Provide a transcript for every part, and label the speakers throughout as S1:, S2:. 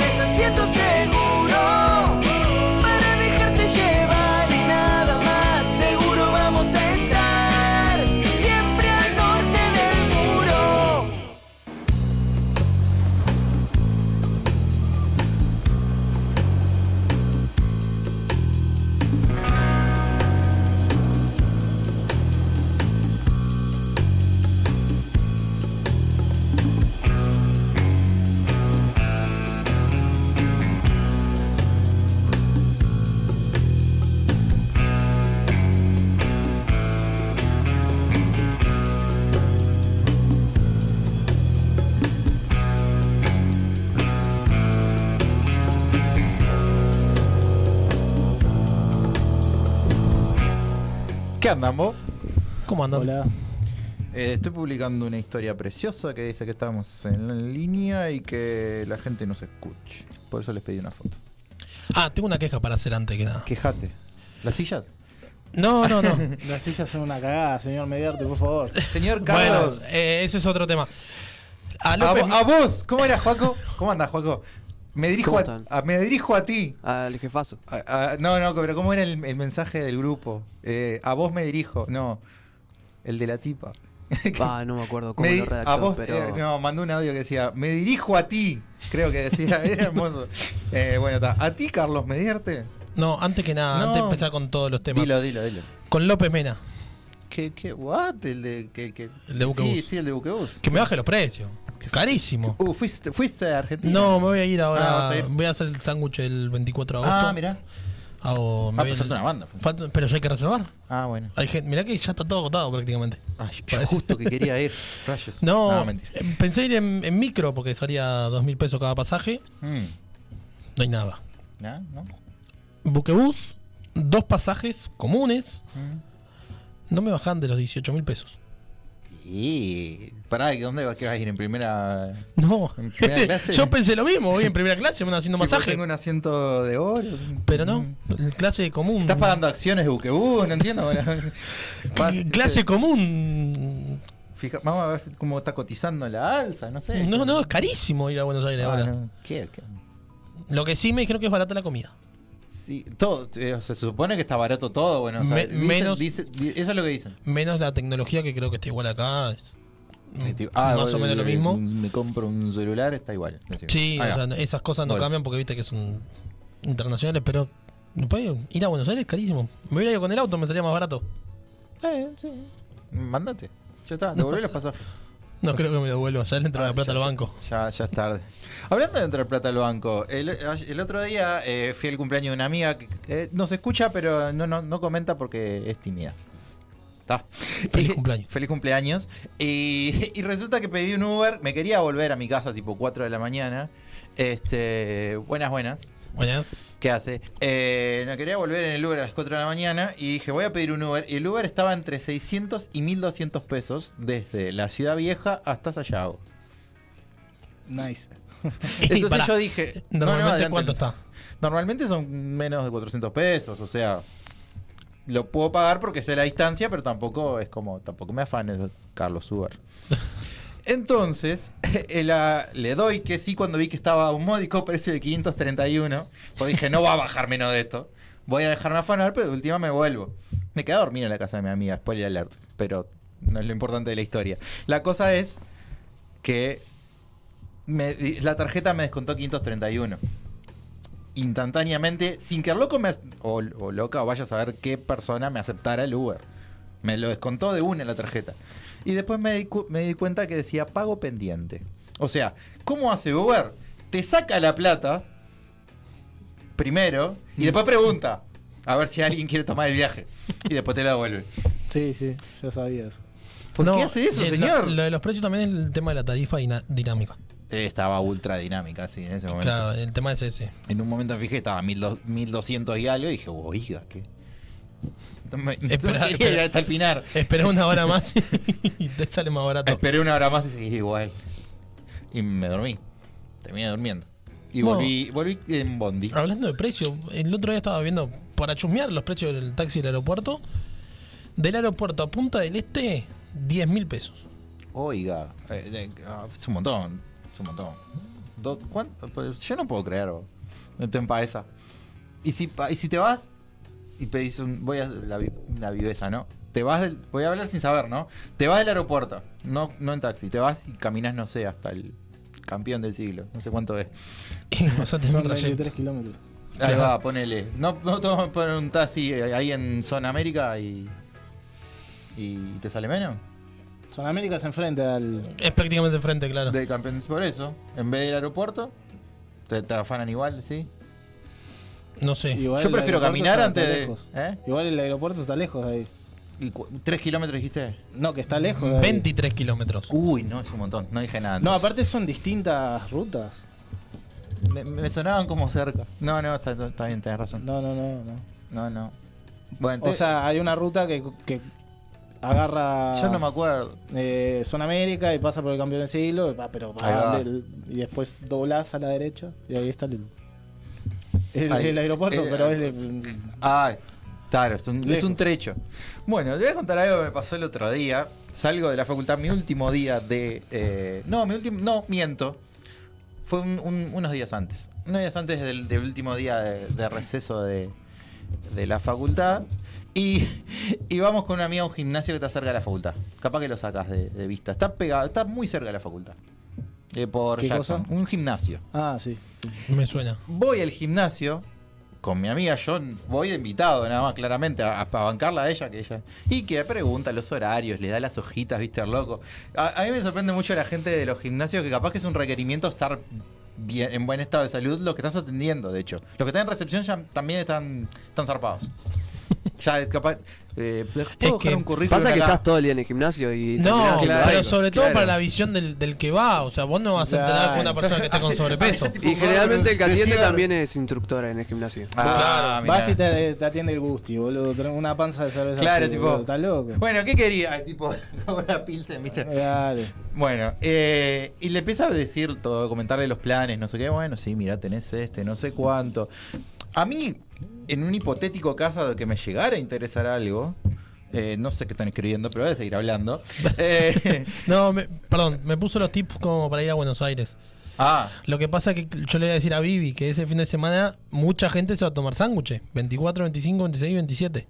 S1: este siento seguro para dejarte llevar y nada más. Seguro vamos a estar siempre al norte del muro.
S2: ¿Qué andamos?
S3: ¿Cómo andan?
S4: Hola.
S2: Eh, estoy publicando una historia preciosa que dice que estamos en, en línea y que la gente nos escuche. Por eso les pedí una foto.
S3: Ah, tengo una queja para hacer antes que nada.
S2: Quejate. ¿Las sillas?
S3: No, no, no.
S4: Las sillas son una cagada, señor Mediarte, por favor.
S2: Señor
S3: bueno,
S2: Carlos. Ah,
S3: eh, ese es otro tema. A
S2: a,
S3: López-
S2: vo- a vos, ¿cómo era, Juaco? ¿Cómo andás, Juaco? Me dirijo,
S5: ¿Cómo
S2: a,
S5: están?
S2: a- me dirijo a ti.
S5: Al jefazo.
S2: A- a- no, no, pero ¿cómo era el, el mensaje del grupo? Eh, a vos me dirijo. No, el de la tipa.
S5: Ah, no me acuerdo cómo
S2: Me di-
S5: lo redactó,
S2: a vos,
S5: pero...
S2: eh, no, mandó un audio que decía, me dirijo a ti. Creo que decía, era hermoso. Eh, bueno, está. A ti, Carlos Mediarte.
S3: No, antes que nada,
S2: No.
S3: antes de empezar con todos los temas.
S2: dilo, dilo.
S3: Con López Mena,
S2: ¿Qué, qué? ¿What? El de, que, que-
S3: El de Buquebus.
S2: Sí, sí, el de Buquebus.
S3: que me baje los precios. Carísimo.
S2: Uh, ¿fuiste, fuiste a Argentina?
S3: No, me voy a ir
S2: Ah,
S3: ahora.
S2: vas a ir.
S3: Voy a hacer el sándwich el 24 de agosto.
S2: Ah, mirá.
S3: Hago- me
S2: Ah, pues
S3: voy el-
S2: falta una banda.
S3: Falta- pero ya hay que reservar.
S2: Ah, bueno.
S3: Hay gente, mirá que ya está todo agotado prácticamente.
S2: Ay, yo justo que quería ir. Rayos.
S3: No,
S2: Ah, mentira.
S3: eh, pensé ir en, en micro porque salía dos mil pesos cada pasaje.
S2: Mm.
S3: No hay nada.
S2: ¿Ya? ¿No?
S3: Buquebús, dos pasajes comunes.
S2: Mm.
S3: No me bajan de los 18 mil pesos.
S2: Y... Pará, ¿y ¿dónde vas, que vas a ir? ¿En primera...?
S3: No.
S2: ¿En primera clase?
S3: Yo pensé lo mismo, voy en primera clase, me van haciendo
S2: Sí, porque
S3: masaje.
S2: Tengo un asiento de oro.
S3: Pero no,
S2: Mm.
S3: clase común.
S2: Estás pagando acciones de Buquebus, no entiendo. bueno. Vas,
S3: C- Clase común.
S2: este, Fija, vamos a ver cómo está cotizando la alza, no sé.
S3: No, no, es carísimo ir a Buenos Aires
S2: Ah,
S3: ahora.
S2: no. ¿Qué, qué?
S3: Lo que sí me dijeron que es barata la comida.
S2: Sí, todo, eh, o sea, se supone que está barato todo, bueno, o sea,
S3: Me-
S2: dicen-
S3: menos-
S2: dicen- di- eso es lo que dicen.
S3: Menos la tecnología que creo que está igual acá. es- Mm, más o
S2: bueno,
S3: menos lo
S2: eh,
S3: mismo.
S2: Me compro un celular, está igual.
S3: Sí,
S2: Ah,
S3: o sea,
S2: ya.
S3: esas cosas no
S2: Bueno.
S3: cambian porque viste que son internacionales, pero no puedo ir a Buenos Aires es carísimo. Me hubiera ido con el auto, me salía más barato.
S2: Mándate. Eh, Ya está, devolvé los pasajes.
S3: No creo que me lo vuelva, ya le entra
S2: Ah,
S3: la plata
S2: ya,
S3: al banco.
S2: Ya, ya es tarde. Hablando de entrar plata al banco, el, el otro día eh, fui al cumpleaños de una amiga que eh, nos escucha, pero no, no, no comenta porque es tímida. Está.
S3: Feliz
S2: Eh,
S3: cumpleaños.
S2: Feliz cumpleaños. Y, y resulta que pedí un Uber, me quería volver a mi casa tipo 4 de la mañana. Este, buenas, buenas.
S3: Buenas.
S2: ¿Qué hace? Eh, no quería volver en el Uber a las 4 de la mañana y dije, voy a pedir un Uber. Y el Uber estaba entre 600 y 1200 pesos desde la ciudad vieja hasta Sayago.
S4: Nice.
S2: Entonces
S3: Pará,
S2: yo dije, no, no,
S3: Normalmente,
S2: adelante.
S3: ¿cuánto está?
S2: Normalmente son menos de 400 pesos, o sea, lo puedo pagar porque sé la distancia, pero tampoco es como, tampoco me afanes, Carlos Uber. Entonces, el, ah, le doy que sí cuando vi que estaba a un módico precio de 531, pues dije, no va a bajar menos de esto, voy a dejarme afanar, pero de última me vuelvo. Me quedé a dormir en la casa de mi amiga, spoiler alert, pero no es lo importante de la historia. La cosa es que me- la tarjeta me descontó 531 instantáneamente, sin que el loco me, o, o loca, o vaya a saber qué persona me aceptara el Uber. Me lo descontó de una en la tarjeta. Y después me di, cu- me di cuenta que decía pago pendiente. O sea, ¿cómo hace Uber? Te saca la plata primero y después pregunta a ver si alguien quiere tomar el viaje. Y después te la devuelve.
S4: Sí, sí, ya sabía eso.
S2: ¿Por qué hace eso,
S3: eh, lo-
S2: señor?
S3: Lo, de los precios también es el tema de la tarifa dina- dinámica.
S2: Eh, Estaba ultra dinámica, sí, en ese momento.
S3: Claro, el tema es ese.
S2: En un momento me fijé, estaba 1200 y algo, y dije, oiga, ¿qué? No me- no
S3: Espera,
S2: quería
S3: espera.
S2: ir hasta el Pinar.
S3: Espera una hora más y te sale más barato.
S2: Esperé una hora más y seguí igual. Y me dormí. Terminé durmiendo. Y
S3: Bueno.
S2: volví, volví en Bondi.
S3: Hablando de precio, el otro día estaba viendo para chusmear los precios del taxi del aeropuerto. Del aeropuerto a Punta del Este, 10 mil pesos.
S2: Oiga, eh, eh, ah, es un montón. Es un montón. Do- ¿cuánto? Pues yo no puedo creer, bro. No te empaesa. Y si, pa- y si te vas y pedís un. Voy a la, vi- una viveza, ¿no? Te vas del- Voy a hablar sin saber, ¿no? Te vas del aeropuerto, no, no en taxi. Te vas y caminas, no sé, hasta el campeón del siglo. No sé cuánto es.
S3: Y pasaste un
S4: Son
S3: trayecto.
S4: 23 kilómetros.
S2: Ahí
S3: Claro.
S2: va, ponele. No, no te vas a poner un taxi eh, ahí en Zona América y. ¿Y te sale menos?
S4: Son América se enfrenta al.
S3: Es prácticamente enfrente, claro.
S2: De campeón, por eso. En vez del aeropuerto, te, te afanan igual, ¿sí?
S3: No sé.
S4: Igual
S2: Yo
S4: el
S2: prefiero
S4: aeropuerto
S2: caminar
S4: está- está
S2: antes de.
S4: lejos.
S2: ¿Eh?
S4: Igual el aeropuerto está lejos de ahí.
S2: ¿Y cu- ¿Tres kilómetros dijiste?
S4: No, que está lejos. de ahí.
S3: 23 kilómetros.
S2: Uy, no, es un montón. No dije nada.
S4: No,
S2: antes.
S4: aparte son distintas rutas.
S2: me, me sonaban como cerca. No, no, está, está bien, tenés razón.
S4: No, no, no, no.
S2: No, no. Bueno,
S4: O
S2: te-
S4: sea, hay una ruta que, que agarra
S2: yo no me acuerdo.
S4: eh, Zona América y pasa por el campeón del siglo, y va, pero va
S2: Ahí va.
S4: del- y después doblás a la derecha y ahí está el, el,
S2: Ahí.
S4: el aeropuerto,
S2: Eh,
S4: pero
S2: ah.
S4: es el-
S2: Ah, claro, es un, es un
S4: Lejos.
S2: trecho. Bueno, te voy a contar algo que me pasó el otro día. Salgo de la facultad, mi último día de. eh, no, mi último. No, miento. Fue un- un- unos días antes. Unos días antes del, del último día de, de receso de, de la facultad. Y, y vamos con una amiga a un gimnasio que está cerca de la facultad. Capaz que lo sacas de, de vista. Está pegado, está muy cerca de la facultad. Eh, por
S4: ¿Qué
S2: Jackson.
S4: cosa?
S2: Un gimnasio
S4: Ah, sí.
S3: Me suena.
S2: voy al gimnasio con mi amiga, yo voy de invitado nada más, claramente, a, a bancarla a ella, que ella. Y que pregunta los horarios, le da las hojitas, viste, al loco. A, a mí me sorprende mucho la gente de los gimnasios, que capaz que es un requerimiento estar bien, en buen estado de salud, los que estás atendiendo, de hecho. Los que están en recepción ya también están, están zarpados. Ya es capaz. eh, ¿puedo
S3: que
S2: buscar un currículum
S5: Pasa que
S2: acá?
S5: estás todo el día en el gimnasio y
S3: No,
S5: terminás haciendo
S2: claro.
S3: pero
S5: algo.
S3: sobre todo
S2: claro.
S3: para la visión del, del que va. O sea, vos no vas a
S4: Claro.
S3: entrenar con una persona que está con sobrepeso.
S2: tipo,
S5: Y generalmente el que atiende
S2: decía-
S5: también es instructora en el gimnasio.
S2: Ah, mirá.
S4: Vas y te, te atiende el gusti, boludo. Tenés Una panza de cerveza.
S2: Claro,
S4: así,
S2: tipo.
S4: boludo, Estás loco.
S2: Bueno, ¿qué quería? Tipo, una pilsen, viste.
S4: Claro.
S2: Bueno, eh, y le empieza a decir todo, comentarle los planes, no sé qué, bueno, sí, mira, tenés este, no sé cuánto. A mí, en un hipotético caso de que me llegara a interesar algo, eh, no sé qué están escribiendo, pero voy a seguir hablando. Eh,
S3: No, me- perdón, me puso los tips como para ir a Buenos Aires.
S2: ah,
S3: Lo que pasa es que yo le voy a decir a Vivi que ese fin de semana mucha gente se va a tomar sándwiches. 24, 25, 26, 27.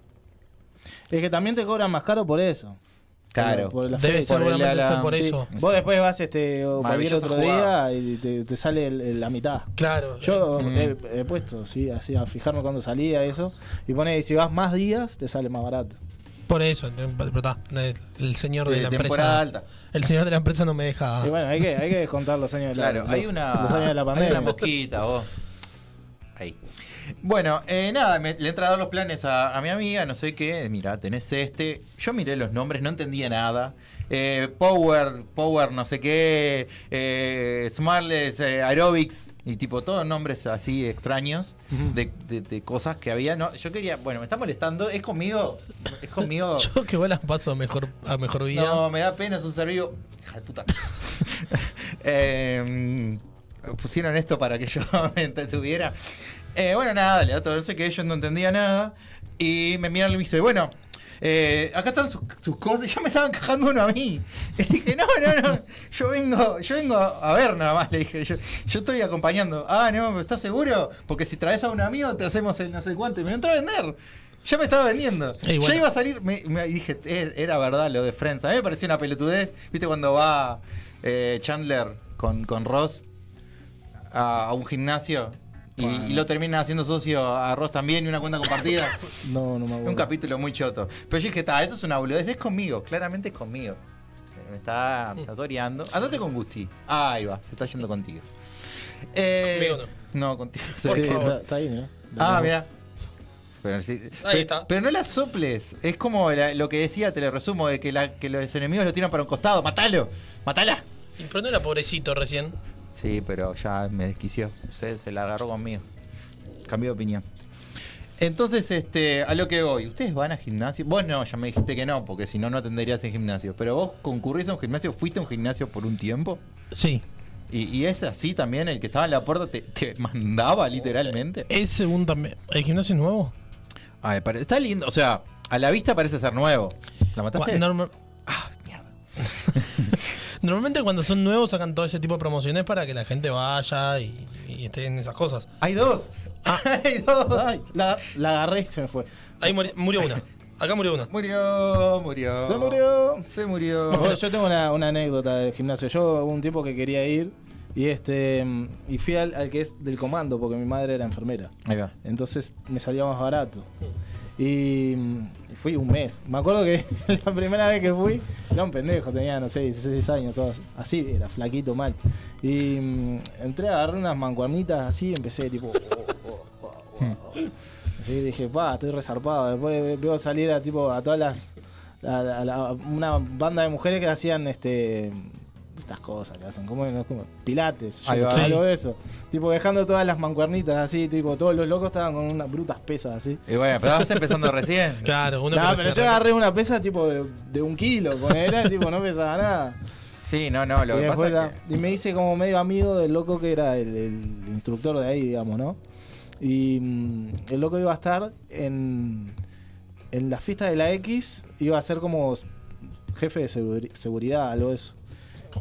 S4: Es que también te cobran más caro por eso.
S2: claro.
S4: Por, por la
S3: Debe
S4: fecha.
S3: ser
S2: Por el
S3: seguramente
S2: ala-
S3: sea por
S4: Sí.
S3: eso.
S4: Vos después vas este o cualquier
S2: Maravillosa
S4: otro
S2: jugada.
S4: día y te, te sale el- el- la mitad.
S3: Claro.
S4: Yo
S2: Mm.
S4: he, he puesto, sí, así, a fijarme cuando salía eso. Y pone, si vas más días, te sale más barato.
S3: eh, Por eso, pero está, el- el señor de
S2: Eh,
S3: la
S2: temporada
S3: empresa.
S2: alta.
S3: El señor de la empresa no me deja.
S4: Y bueno, hay que, hay que descontar los años de la,
S2: Ah. Claro,
S4: los-
S2: hay una,
S4: los años de la
S2: hay una
S4: pandemia.
S2: mosquita, vos. Ahí. Bueno, eh, nada, me- le entra a dar los planes a, a mi amiga, no sé qué. Mira, tenés este. Yo miré los nombres, no entendía nada. Eh, power, Power, no sé qué. Eh, Smartless, eh, Aerobics. Y tipo, todos nombres así extraños de, de- de cosas que había. No, yo quería, bueno, me está molestando. Es conmigo. Es conmigo.
S3: Yo que vos las paso a mejor, a mejor vida.
S2: No, me da pena, es un ser vivo. Hija de puta. Eh, pusieron esto para que yo me tuviera. Eh, bueno, nada, le da todo. No sé que yo no entendía nada. Y me miran y me dice, bueno. eh, acá están sus, sus cosas y ya me estaban cajando uno a mí. Y dije, no, no, no, yo vengo, yo vengo a ver nada más, le dije, yo, yo estoy acompañando. Ah, no, pero ¿estás seguro? Porque si traes a un amigo te hacemos el no sé cuánto. Y me lo entró a vender. Ya me estaba vendiendo.
S3: Y
S2: Ya
S3: bueno.
S2: iba a salir, me, me- y dije, "Eh, era verdad lo de Friends. A mí me pareció una pelotudez. ¿Viste cuando va eh, Chandler con, con Ross a, a un gimnasio? Y, y lo termina haciendo socio a Ross también y una cuenta compartida.
S4: No, no me acuerdo.
S2: un capítulo muy choto. Pero yo dije, está, esto es una boludez, es conmigo, claramente es conmigo. Eh, Me está, me está toreando. Andate con Gusti. Ah, ahí va, se está yendo contigo. Eh,
S3: Conmigo
S2: No, contigo.
S4: Sí, está, está ahí, ¿no?
S2: Ah, mira. Pero, sí- pero-
S3: está.
S2: pero no la soples. Es como la- lo que decía, te lo resumo, de que, la- que los enemigos lo tiran para un costado. ¡Matalo! ¡Matala!
S3: Y Pero no era pobrecito recién.
S2: Sí, pero ya me desquició. Se, se la agarró conmigo. Cambió de opinión. Entonces, este, a lo que voy, ¿ustedes van a gimnasio? Vos no, ya me dijiste que no, porque si no, no atenderías en gimnasio. Pero vos concurrís a un gimnasio, fuiste a un gimnasio por un tiempo.
S3: Sí.
S2: Y, y es así también, el que estaba en la puerta te, te mandaba literalmente.
S3: Es según también. ¿El gimnasio es nuevo?
S2: Ay, pare- está lindo, o sea, a la vista parece ser nuevo. ¿La
S3: Gua-
S2: mataste?
S3: norma-
S2: Ah, mierda.
S3: ah, Normalmente cuando son nuevos sacan todo ese tipo de promociones para que la gente vaya y, y esté en esas cosas.
S2: Hay dos. Hay dos.
S4: Ay, la, la agarré y se me fue.
S3: Ahí muri- murió una. Acá murió una.
S2: Murió, murió.
S4: Se murió.
S2: Se murió.
S4: Bueno, yo tengo una, una anécdota del gimnasio. Yo hubo un tiempo que quería ir y este mm, y fui al, al que es del comando porque mi madre era enfermera.
S2: Ahí va.
S4: Entonces me salía más barato. Y, mm, y fui un mes. Me acuerdo que la primera vez que fui, era un pendejo, tenía, no sé, 16 años, todas así, era flaquito mal. Y mm, entré a agarrar unas mancuernitas así y empecé tipo... oh, oh, oh, oh, oh. Así que dije, pa, estoy resarpado. Después veo salir a tipo a todas las. a- a- a- a una banda de mujeres que hacían este. Estas cosas que hacen, como, como pilates, yo
S2: Ahí
S4: qué sé,
S3: va.
S4: algo de eso. Tipo, dejando todas las mancuernitas así, tipo, todos los locos estaban con unas brutas pesas así.
S2: Y bueno, pero estabas empezando recién.
S3: Claro, una
S4: Nah,
S3: que
S4: pero
S3: se
S4: yo
S3: arre-
S4: agarré una pesa tipo de, de un kilo, ponele, tipo, no pesaba nada.
S2: Sí, no, no, lo
S4: y,
S2: que pasa
S4: después la-
S2: es que...
S4: y me hice como medio amigo del loco que era el, el instructor de ahí, digamos, ¿no? Y mm, el loco iba a estar en, en la fiesta de la X, iba a ser como s- jefe de seguri- seguridad, algo de eso.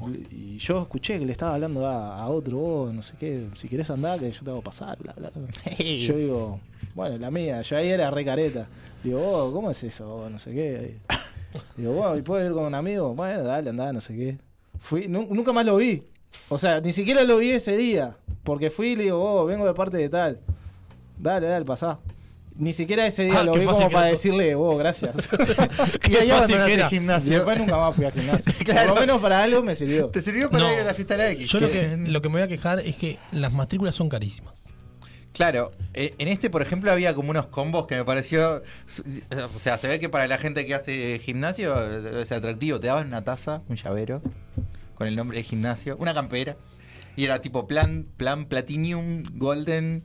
S2: Oh.
S4: Y yo escuché que le estaba hablando a, a otro, "Oh, no sé qué, si querés andar, que yo te hago pasar, bla, bla. bla". Yo digo, bueno, la mía, yo ahí era re careta. Digo, oh, ¿cómo es eso? Oh, no sé qué. Digo, bueno, ¿y puedo ir con un amigo? Bueno, dale, andá, no sé qué. Fui, nu- nunca más lo vi. O sea, ni siquiera lo vi ese día. Porque fui y le digo, oh, vengo de parte de tal. Dale, dale, pasá. Ni siquiera ese día
S3: Ah,
S4: lo
S3: qué
S4: vi
S3: fácil
S4: como
S3: que
S4: para
S3: era.
S4: decirle, oh, gracias.
S2: Y ahí
S3: fácil
S2: abandonaste
S3: que
S2: el
S3: era.
S4: y
S2: gimnasio.
S4: después nunca más fui al gimnasio.
S2: Claro.
S4: Por lo menos para algo me sirvió.
S2: Te sirvió para
S3: No.
S2: ir a la fiesta de la X.
S3: Yo lo
S2: que-
S3: que, lo que me voy a quejar es que las matrículas son carísimas.
S2: Claro, eh, en este, por ejemplo, había como unos combos que me pareció. O sea, se ve que para la gente que hace gimnasio eh, es atractivo. Te daban una taza, un llavero, con el nombre del gimnasio, una campera. Y era tipo plan, plan platinum, golden.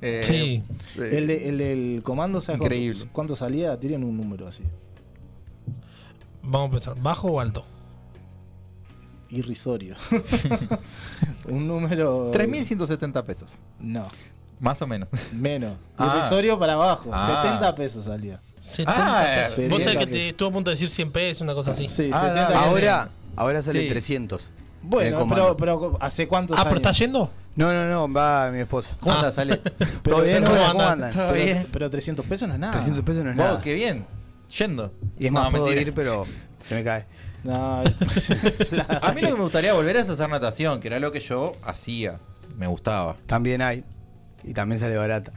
S2: eh,
S3: Sí.
S2: eh,
S4: El, de- el del comando, ¿sabes cuánto-
S2: Increíble.
S4: Cuánto, salía? Tiren un número así.
S3: Vamos a pensar, ¿bajo o alto?
S4: Ah, Irrisorio. un número.
S2: 3.170 pesos,
S4: No,
S2: más o menos.
S4: menos.
S2: Ah.
S4: Irrisorio para abajo.
S2: Ah.
S4: 70 pesos salía.
S3: 70
S2: eh,
S3: pesos.
S4: sería
S3: Vos sabés que
S4: carísimo.
S3: te estuvo a punto de decir 100 pesos, una cosa así.
S4: Sí,
S2: Ah,
S4: 70
S2: dale. Eh,
S4: pesos.
S2: Ahora-
S6: Ahora, ahora salen
S2: Sí.
S6: 300. en el
S4: Bueno,
S6: comando.
S4: pero, pero ¿hace cuántos
S3: Ah,
S4: años?
S3: pero está yendo.
S6: No, no, no, va mi esposa. Ah,
S2: ¿Cómo estás, Ale?
S6: ¿Todo bien?
S3: ¿cómo
S6: hola,
S3: andan?
S6: ¿Cómo andan?
S2: Todo
S4: pero,
S2: bien.
S4: pero 300 pesos no es nada.
S6: 300 pesos no es
S2: Wow,
S6: nada.
S2: qué bien. Yendo.
S6: Y es
S2: No,
S6: más, puedo
S2: mentira.
S6: ir, pero se me cae.
S4: No, este, es- es la-
S2: A mí lo que me gustaría volver es hacer natación, que era lo que yo hacía. Me gustaba.
S6: También hay. Y también sale barata.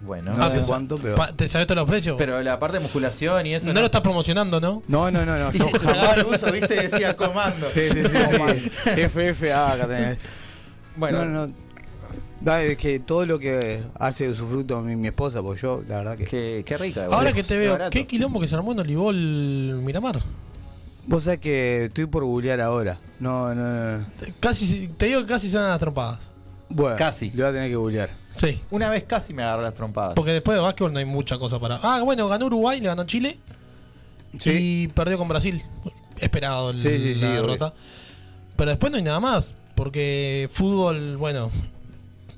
S2: Bueno.
S6: No
S3: Ah,
S6: sé
S3: pero-
S6: cuánto, pero...
S3: Pa- ¿Te sabés todos los precios?
S2: Pero la parte de musculación y eso.
S3: no lo estás promocionando, ¿no?
S6: No, no, no, no.
S2: Y
S6: Yo
S2: se
S6: jamás...
S2: daba el uso, viste, decía comando.
S6: Sí, sí, sí, sí. FFA acá tenés.
S2: Bueno,
S6: No, no. Da, es que todo lo que hace usufructo mi, mi esposa, porque yo, la verdad que...
S2: Qué, qué rica.
S3: Ahora
S2: boludo.
S3: que te
S2: Qué
S3: veo,
S2: barato.
S3: ¿qué quilombo que se armó en Olivol Miramar?
S6: Vos sabés que estoy por googlear ahora. No, no, no.
S3: Casi, te digo que casi se dan las trompadas.
S6: Bueno,
S2: Casi.
S6: Lo voy a tener que googlear.
S3: Sí.
S2: Una vez casi me agarró las trompadas.
S3: Porque después de básquetbol no hay mucha cosa para. Ah, bueno, ganó Uruguay, le ganó Chile y perdió con Brasil. Esperado el-
S6: Sí, sí, sí,
S3: la
S6: obvio.
S3: derrota. Pero después no hay nada más, porque fútbol, bueno,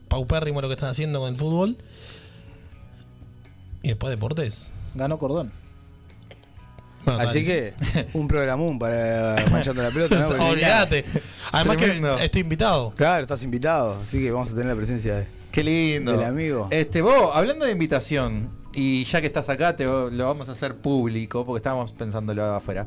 S3: paupérrimo lo que están haciendo con el fútbol. Y después deportes.
S4: Ganó cordón.
S3: Bueno,
S6: Así
S3: Ah, dale.
S6: que un programón para manchando la pelota, ¿no? Porque-
S3: Olvídate. Además
S2: Tremendo.
S3: que estoy invitado.
S6: Claro, estás invitado, así que vamos a tener la presencia de...
S2: Qué lindo.
S6: Del amigo.
S2: Este, vos, hablando de invitación, y ya que estás acá, te lo vamos a hacer público, porque estábamos pensándolo afuera.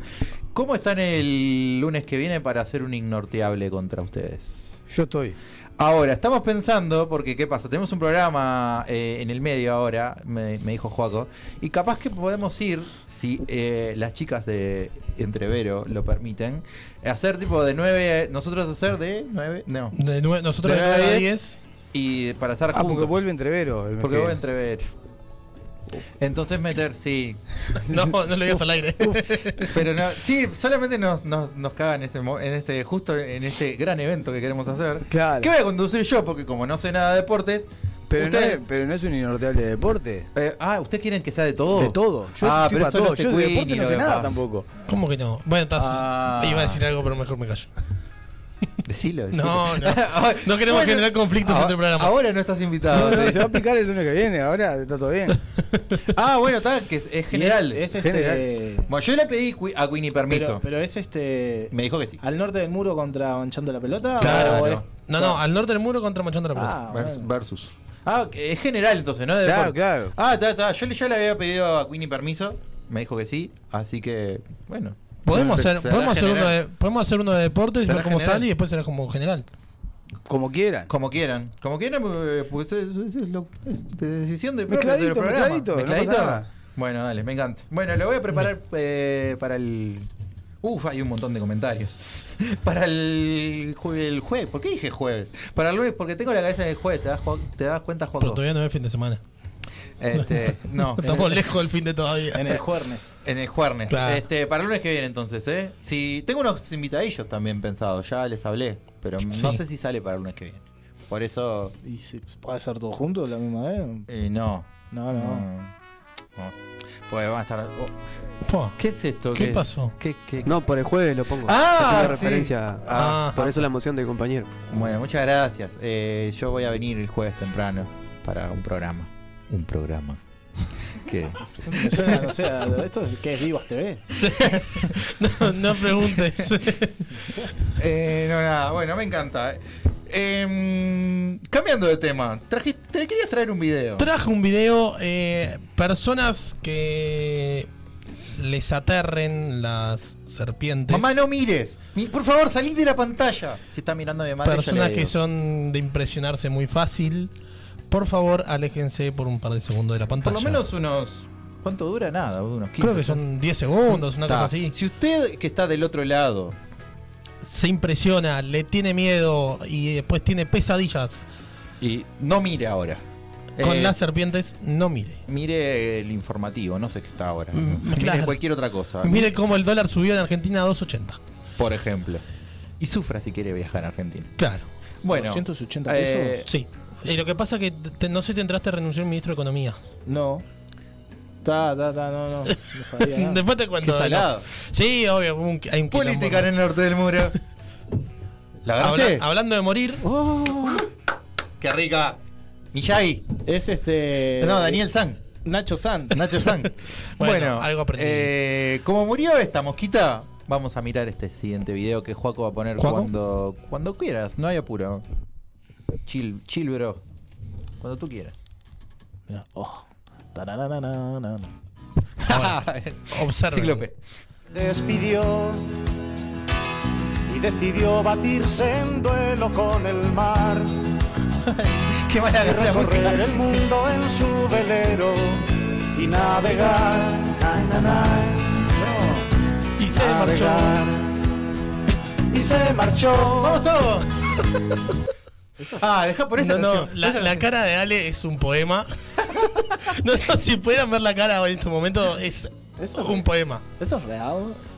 S2: ¿Cómo están el lunes que viene para hacer un ignorteable contra ustedes?
S6: Yo estoy.
S2: Ahora, estamos pensando, porque ¿qué pasa? Tenemos un programa eh, en el medio ahora, me, me dijo Joaco, y capaz que podemos ir, si eh, las chicas de Entrevero lo permiten, a hacer tipo de 9, nosotros hacer de 9, no,
S3: De nue- nosotros
S2: De
S3: de 9 a
S2: nueve a
S3: 10.
S2: y para estar
S6: Ah, porque
S2: juntos.
S6: vuelve entrevero. el mes
S2: Porque
S6: que
S2: vos
S6: viene.
S2: Entrevero. Entonces meter, sí.
S3: No, no lo digas al aire.
S2: Pero no, sí, solamente nos, nos, nos caga en, ese, mo- en este, justo en este gran evento que queremos hacer.
S6: Claro.
S2: Que voy a conducir yo, porque como no sé nada de deportes,
S6: Pero, no
S2: ustedes-
S6: es, pero no es un inorteable de deporte.
S2: Eh, ah, ¿ustedes quieren que sea de todo?
S6: De todo. Yo
S2: ah,
S6: estoy
S2: pero
S6: para
S2: eso
S6: todo.
S2: no se
S6: Yo de
S2: cuida
S6: deporte
S2: ni
S6: no
S2: lo
S6: sé nada
S2: demás.
S6: tampoco.
S3: ¿Cómo que no? Bueno, estás,
S2: Ah.
S3: iba a decir algo, pero mejor me callo.
S2: Decilo, decilo.
S3: No, no. No queremos
S2: Bueno,
S3: generar conflictos
S2: ahora-
S3: entre programas.
S2: Ahora no estás invitado.
S6: No,
S2: te
S6: no, se
S2: digo.
S6: va a picar el lunes que viene, ahora está todo bien.
S2: Ah, bueno, está, que es, es
S4: Y
S2: general.
S4: Es, es
S6: general.
S4: este.
S2: Bueno, yo le pedí cui- a Winnie permiso.
S4: Pero, pero es este.
S2: Me dijo que sí.
S4: ¿Al norte del muro contra manchando la pelota?
S3: Claro.
S4: ¿O es-
S3: No, no, al norte del muro contra Machando la Pelota.
S4: Ah,
S2: Vers-
S4: bueno.
S2: Versus. Ah, que es general entonces, ¿no? De
S6: Claro,
S2: deporte.
S6: claro.
S2: Ah, está, está. Yo le, yo le había pedido a Winnie permiso. Me dijo que sí. Así que, bueno.
S3: Podemos
S2: Se-
S3: hacer,
S2: será
S3: podemos hacer, uno
S2: general.
S3: de, podemos hacer uno de deportes,
S2: Será
S3: ver cómo
S2: general.
S3: sale y después será como general.
S6: Como quieran.
S2: Como quieran. Como quieran, eh, pues es, es- es lo- es de decisión de
S6: Mezcladito,
S2: propio del programa.
S6: mezcladito, no pasa nada.
S2: Bueno, dale, me encanta. Bueno, lo voy a preparar eh, para el. Uf, hay un montón de comentarios. Para el, jue- el jueves. ¿Por qué dije jueves? Para el lunes, porque tengo la cabeza en el jueves. ¿Te das, Juan- te das cuenta, Juan?
S3: Pero todavía no es fin de semana.
S2: Este, no.
S3: Estamos lejos del fin de todavía.
S4: En el Juernes.
S2: En el jueves.
S3: Claro.
S2: Este, para el lunes que viene entonces, ¿eh? Si, tengo unos invitadillos también pensados, ya les hablé, pero no
S3: Sí.
S2: sé si sale para el lunes que viene. Por eso,
S4: ¿Y si puede ser todo junto la misma vez?
S2: eh, no.
S4: No, no.
S2: No. No. Pues van a estar... oh,
S3: Po.
S2: ¿Qué es esto?
S3: ¿Qué
S2: es?
S3: pasó?
S2: ¿Qué- qué-
S5: No, por el jueves lo pongo.
S2: Ah,
S5: Haciendo
S2: sí.
S5: referencia. a-
S3: Ah,
S5: Por eso la emoción del compañero.
S2: Bueno, muchas gracias. Eh, yo voy a venir el jueves temprano para un programa. Un programa. que
S4: Me suena, o sea, ¿esto es- qué es Divas TV?
S3: no, no preguntes.
S2: Eh, no, nada, bueno, me encanta. Em, cambiando de tema, trajiste- te querías traer un video.
S3: Traje un video, eh, personas que les aterren las serpientes.
S2: Mamá, no mires. Mi- por favor, salí de la pantalla. Si está mirando mi madre. yo
S3: Personas
S2: le
S3: que
S2: digo.
S3: son de impresionarse muy fácil. Por favor, aléjense por un par de segundos de la
S2: Por
S3: pantalla.
S2: lo menos unos. ¿Cuánto dura? Nada, unos 15.
S3: Creo que son 10 segundos, una
S2: Ta.
S3: cosa así.
S2: Si usted que está del otro lado.
S3: Se impresiona, le tiene miedo y después tiene pesadillas
S2: Y no mire ahora.
S3: con
S2: Eh,
S3: las serpientes, no mire.
S2: Mire el informativo, no sé qué está ahora.
S3: Mm,
S2: mire
S3: claro.
S2: cualquier otra cosa.
S3: Mire cómo el dólar subió en Argentina a 2.80.
S2: Por ejemplo. Y sufra si quiere viajar a Argentina.
S3: Claro.
S2: Bueno.
S4: 280 pesos.
S2: eh,
S3: Sí. Y lo que pasa que te- no sé, te enteraste renunció el ministro de Economía.
S4: No. Ta, ta, ta, no, no. No sabía. nada.
S3: Después te cuento.
S2: ¿eh? Qué salado.
S3: Sí, obvio. hubo un- hay un
S2: Política en
S3: quilombo.
S2: el norte del muro. ¿La
S3: Habla-
S2: agarraste?
S3: Hablando de morir,
S2: Uh. ¡Qué rica! Miyagi. Eh,
S4: Es este.
S2: No, Daniel San.
S4: Nacho San.
S2: Nacho San.
S3: Bueno, algo aprendí.
S2: eh, como murió esta mosquita, vamos a mirar este siguiente video que Juaco va a poner
S3: ¿Juaco?
S2: cuando cuando quieras. No hay apuro. Chill, chill, bro. Cuando tú quieras.
S4: Mirá, Oh. Tarararararara.
S3: observen.
S2: Cíclope.
S7: despidió y decidió batirse en duelo con el mar
S2: Qué mala
S7: y
S2: que es la
S7: recorrer
S2: música.
S7: el mundo en su velero y navegar, na, na, na,
S3: Y
S2: Ah,
S3: se marchó.
S7: navegar. Y se marchó.
S2: ¡Vamos todos! Ah, deja por esa
S3: No, no,
S2: canción.
S3: la,
S2: Esa
S3: la
S2: canción.
S3: cara de Ale es un poema. no, no, si pudieran ver la cara en este momento, es
S4: Eso,
S3: un poema.
S4: eso es real. ¿Eso es real?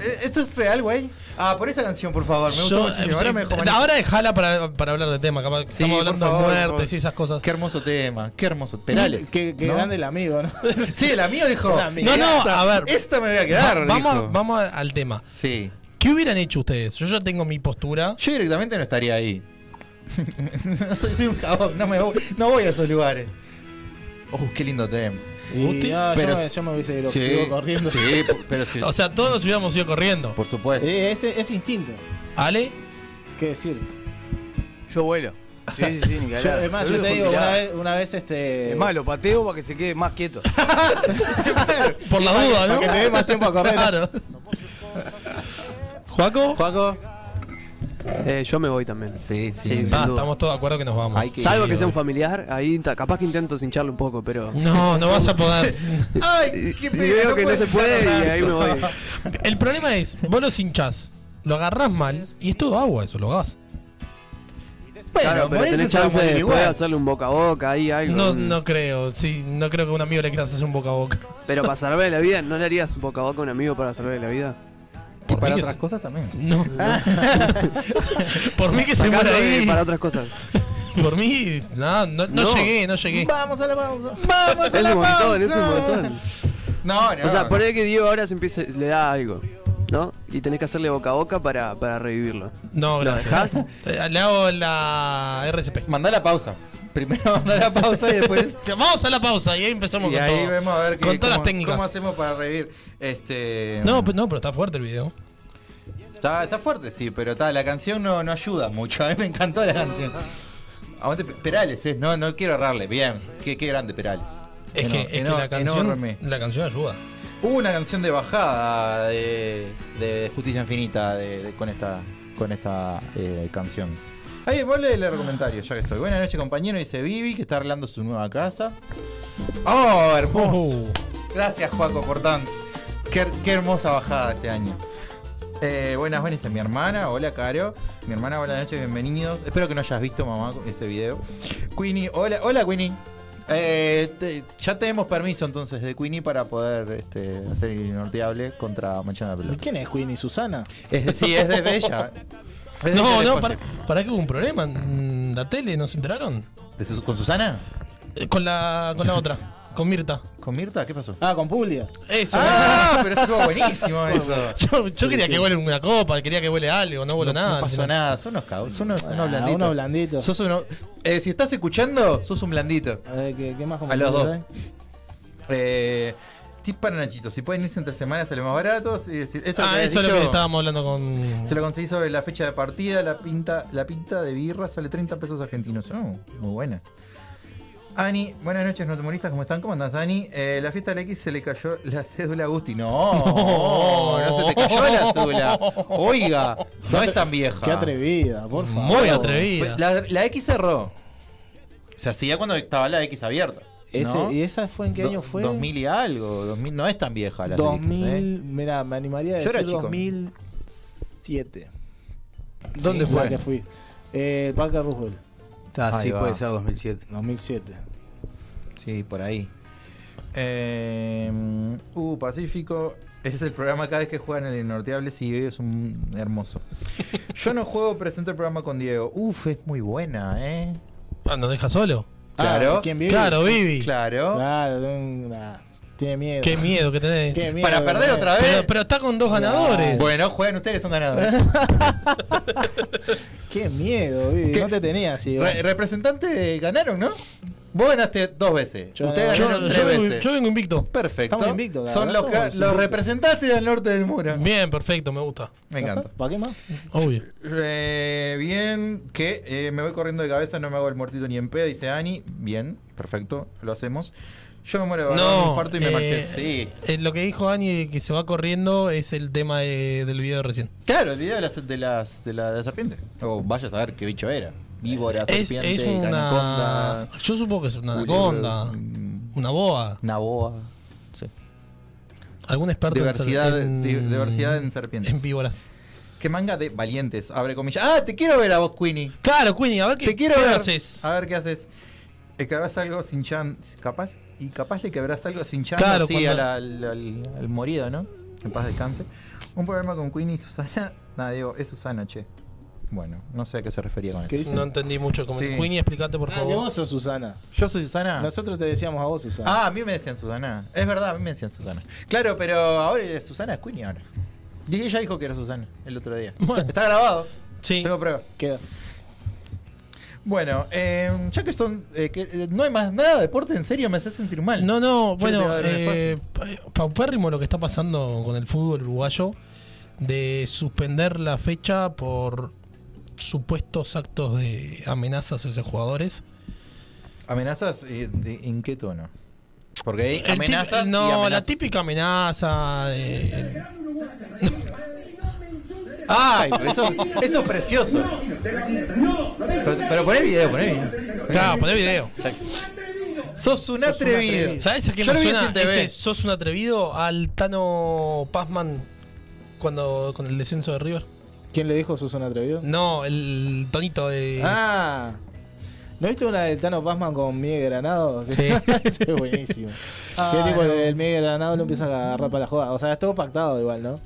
S2: Eh, ¿Esto es real, güey? Ah, por esa canción, por favor. Me gustó
S3: Yo-
S2: muchísimo. Ahora me dejó
S3: eh,
S2: manija.
S3: ahora dejala para, para hablar de tema. capaz que
S2: Sí,
S3: estamos
S2: por
S3: hablando
S2: favor,
S3: de
S2: por
S3: muertes y esas cosas.
S2: Qué hermoso tema, qué hermoso. Perales.
S4: Qué, qué
S2: ¿no?
S4: grande el amigo, ¿no?
S2: Sí, el amigo dijo.
S4: La
S3: No, no,
S2: "Esta-
S3: a ver.
S2: Esta me voy a
S3: Va-
S2: quedar.
S3: vamos,
S2: dijo.
S3: vamos a- al tema.
S2: Sí.
S3: ¿Qué hubieran hecho ustedes? Yo ya tengo mi postura.
S2: Yo directamente no estaría ahí. No soy, soy un cabrón, no, me voy, no voy a esos lugares. Oh, qué lindo tema.
S4: Y,
S3: Usted-
S4: no,
S2: pero-
S4: yo, me, yo me hubiese ido ido corriendo.
S2: sí, p- pero sí.
S3: O sea, todos nos hubiéramos ido corriendo.
S2: por supuesto.
S4: Eh, ese, ese instinto.
S3: Ale,
S4: ¿Qué decir?
S6: Yo vuelo. Sí, sí, sí, ni que
S4: Yo,
S6: hablar.
S4: es más,
S6: Lo
S4: yo te
S6: dejo
S4: digo,
S6: tirado.
S4: una vez, una vez este.
S6: Es más, lo pateo para que se quede más quieto.
S3: por la duda, ¿no?
S4: para que me dé más tiempo a correr.
S3: Claro. ¿Juaco?
S2: Juaco.
S5: Eh, yo me voy también.
S2: Sí,
S5: Sí,
S2: sí.
S5: sin
S3: Ah,
S5: duda.
S3: estamos todos de acuerdo que nos vamos.
S2: Hay
S5: Salvo que sea un
S2: fan.
S5: familiar, ahí ta- capaz que intento cincharlo un poco, pero.
S3: No, no vas a poder.
S2: Ay,
S5: Y
S2: qué pena,
S5: veo que no se puede eh. y
S2: hablar.
S5: ahí me voy.
S3: El problema es, vos los hinchás, lo agarrás mal y es todo agua, eso lo hagas.
S2: Bueno,
S5: Claro, pero
S2: morirse
S5: tenés
S2: se va a
S5: chance
S2: morir
S5: de
S2: igual.
S5: poder hacerle un boca a boca ahí, algo. mm,
S3: No,
S2: Mm.
S5: un-
S3: no creo, sí, no creo que a un amigo le quieras hacer un boca a boca.
S5: Pero para salvarle la vida, ¿no le harías un boca a boca a un amigo para salvarle la vida?
S2: Y
S3: mí
S2: para
S3: que
S2: otras
S3: se-
S2: cosas también.
S3: No. por mí que se muera
S5: Sacando de-
S3: ahí.
S5: para otras cosas.
S3: Por mí, no, no, no
S5: No.
S3: llegué, no llegué.
S4: Vamos a la pausa.
S2: Vamos
S5: Es un montón, es un montón.
S2: No, no.
S5: O sea, por ahí que Diego ahora se empieza, le da algo. ¿no? Y tenés que hacerle boca a boca para, para revivirlo.
S3: No,
S5: ¿Lo
S3: gracias. Eh, Le hago la RCP.
S2: Mandá la pausa. Primero mandá la pausa y después.
S3: Vamos a la pausa y ahí empezamos
S2: y
S3: con
S2: ahí
S3: todo.
S2: vemos a ver qué-
S3: con todas
S2: cómo,
S3: las técnicas.
S2: cómo hacemos para revivir. Este,
S3: No, pe- no, pero está fuerte el video.
S2: Está, está fuerte, sí, pero está, la canción no, no ayuda mucho. A mí me encantó la canción. Aguante, P- Perales, ¿eh? no, no quiero errarle. Bien, qué, qué grande Perales.
S3: Es
S2: Eno-
S3: que, es que
S2: eno-
S3: la, canción,
S2: enorme.
S3: la canción ayuda.
S2: Hubo una canción de bajada de, de Justicia Infinita de- de- con esta, con esta eh, canción. Ahí, vos lee el comentario, ya que estoy. Buenas noches, compañero, dice Vivi, que está arreglando su nueva casa. ¡Oh, hermoso!
S3: Uh,
S2: Gracias, Juaco, por tanto. Qué, qué hermosa bajada ese año. Eh, buenas, buenas. Dice mi hermana. Hola, Caro. Mi hermana, buenas noches, bienvenidos. Espero que no hayas visto, mamá, ese video. Queenie, hola, hola, Queenie. Eh, te- ya tenemos permiso entonces de Queenie para poder este, hacer el inorteable contra Manchana
S4: ¿Y
S2: Pelota.
S4: quién es Queen y Susana?
S2: Es de- sí, es de Bella. Es de
S3: No, no,
S2: Teleespacio.
S3: para, para que hubo un problema. en La tele, ¿no se enteraron?
S2: ¿De Sus- ¿Con Susana?
S3: Eh, Con la, con la otra, con Mirta.
S2: ¿Con Mirta? ¿Qué pasó?
S4: Ah, con Puglia.
S3: Eso.
S2: ¡Ah! Pero estuvo buenísimo eso.
S3: Yo, yo quería que huele una copa, quería que huele algo, no huele nada.
S2: No pasó
S3: sino-
S2: nada, son unos cabros, son unos, unos
S4: Ah,
S2: blanditos.
S4: unos blanditos.
S2: Sos uno- eh, si estás escuchando, sos un blandito.
S4: A ver, ¿qué, qué más
S2: A los dos.
S4: comentarios hay?
S2: Eh, tip para Nachito, si pueden irse entre semanas sale más baratos. Y decir, eso,
S3: Ah,
S2: habías
S3: eso es lo que
S2: dicho,
S3: estábamos hablando con.
S2: Se lo conseguí sobre la fecha de partida, la pinta, la pinta de birra sale 30 pesos argentinos. Oh, muy buena. Ani, buenas noches, notemoristas, ¿cómo están? ¿Cómo andás, Ani? Eh, la fiesta de la X se le cayó la cédula a Gusti. No, no, se te cayó la cédula. Oiga, no es tan vieja.
S4: Qué atrevida, por favor.
S3: Muy atrevida.
S2: La, la X cerró. Se hacía cuando estaba la X abierta.
S4: Ese-
S2: ¿no?
S4: ¿Y esa fue en qué
S2: Do-
S4: año fue?
S2: 2000 y algo. 2000, no es tan vieja la
S4: 2000,
S2: X, ¿eh?
S4: mira, me animaría a
S2: Yo era
S4: decir
S2: chico.
S4: 2007.
S6: ¿Dónde
S4: La
S6: fue?
S4: que fui. Eh, el Parque Roosevelt,
S6: Ah, sí,
S2: Ahí va.
S6: puede ser 2007.
S4: 2007.
S2: Sí, por ahí. Eh, uh, Pacífico. Ese es el programa cada vez que juegan en el Norteable. Sí, es un hermoso. Yo no juego, presento el programa con Diego. Uf, es muy buena, ¿eh?
S3: Ah, nos deja solo.
S2: Claro.
S4: Ah, ¿quién vive?
S3: Claro, Vivi.
S2: Claro.
S4: Claro, tengo una- tiene miedo.
S3: Qué miedo que tenés.
S4: Qué miedo
S2: Para
S4: que
S2: perder
S4: tenés.
S2: otra vez.
S3: Pero, pero está con dos ganadores.
S2: Bueno, juegan ustedes que son ganadores.
S4: Qué miedo, Vivi,
S2: ¿Qué?
S4: No te tenía así.
S2: Re- representante eh, ganaron, ¿no? Vos ganaste dos veces.
S4: Yo
S2: ustedes
S4: gané.
S2: ganaron
S3: yo,
S2: tres
S3: yo vengo,
S2: veces.
S3: yo vengo invicto.
S2: Perfecto.
S4: Estamos invictos, la
S2: Son
S4: verdad,
S2: los, ca-
S4: somos
S2: los
S4: invictos.
S2: representantes del norte del muro.
S3: Bien, perfecto, me gusta.
S2: Me encanta.
S4: ¿Para qué más?
S3: Obvio.
S2: Eh, bien, que eh, me voy corriendo de cabeza, no me hago el muertito ni en pedo, dice Ani. Bien, perfecto, lo hacemos. Yo me muero de un
S3: No,
S2: infarto y me
S3: eh,
S2: marché. Sí.
S3: eh, lo que dijo Ani que se va corriendo es el tema de- del video de recién.
S2: Claro, el video de, las, de, las, de, la, de la serpiente. O vaya a saber qué bicho era. Víbora,
S3: Es,
S2: serpiente,
S3: es una.
S2: anaconda,
S3: Yo supongo que es una
S2: culebra,
S3: anaconda,
S2: mm,
S3: una boa.
S2: Una boa. Sí.
S3: Algún experto en ser-
S2: Diversidad,
S3: en,
S2: di- diversidad en serpientes.
S3: en víboras.
S2: Qué manga de valientes, abre comillas. Ah, te quiero ver a vos, Queenie.
S3: Claro, Queenie, a ver qué,
S2: Te quiero
S3: qué
S2: ver.
S3: haces.
S2: A ver qué haces. Es que hagas algo sin chance. Capaz, y capaz le quebrás algo sin chance
S3: Claro,
S2: así
S3: cuando-
S2: al, al- al- al morido, ¿no? En paz descanse. Un problema con Queen y Susana. Nada, Diego, es Susana, che. Bueno, no sé a qué se refería con
S4: ¿Qué
S2: eso.
S4: dice?
S3: No entendí mucho. Como
S2: Sí.
S3: Queenie, explícate por
S4: Ah, que
S3: favor.
S4: vos sos Susana.
S2: ¿Yo soy Susana?
S4: Nosotros te decíamos a vos, Susana.
S2: Ah, a mí me decían Susana. Es verdad, a mí me decían Susana. Claro, pero ahora es Susana es Queenie ahora. Y ella dijo que era Susana el otro día.
S3: Bueno.
S2: Está, está grabado.
S3: Sí.
S2: Tengo pruebas.
S4: Queda.
S2: Bueno, eh, ya que son. eh, que, eh, no hay más nada de deporte, en serio, me hace sentir mal.
S3: No,
S2: Yo
S3: no,
S2: te voy a
S3: bueno,
S2: dar un
S3: eh, pa- paupérrimo lo que está pasando con el fútbol uruguayo de suspender la fecha por supuestos actos de amenazas hacia jugadores.
S2: ¿Amenazas eh, de- en qué tono? Porque hay
S3: El
S2: amenazas.
S3: tip-
S2: y
S3: no, la
S2: amenazas.
S3: típica amenaza. eh, de-
S2: ¡Ay! Eso, eso es precioso. Pero, pero poné video, poné video.
S3: claro, poné video.
S2: Sos un atrevido.
S3: ¿Sabes a qué
S2: Yo
S3: me
S2: lo vi
S3: suena?
S2: en TV.
S3: Ese sos un atrevido al Tano Pazman cuando con el descenso de River.
S4: ¿Quién le dijo Susana Atrevido?
S3: No, el tonito de
S4: Ah. ¿No viste una del Tano Pazman con Miguel Granado?
S3: Sí.
S4: Ese es buenísimo.
S2: Ah,
S4: que tipo
S2: no.
S4: el Miguel Granado lo empieza a agarrar para la joda. O sea, es todo pactado igual, ¿no?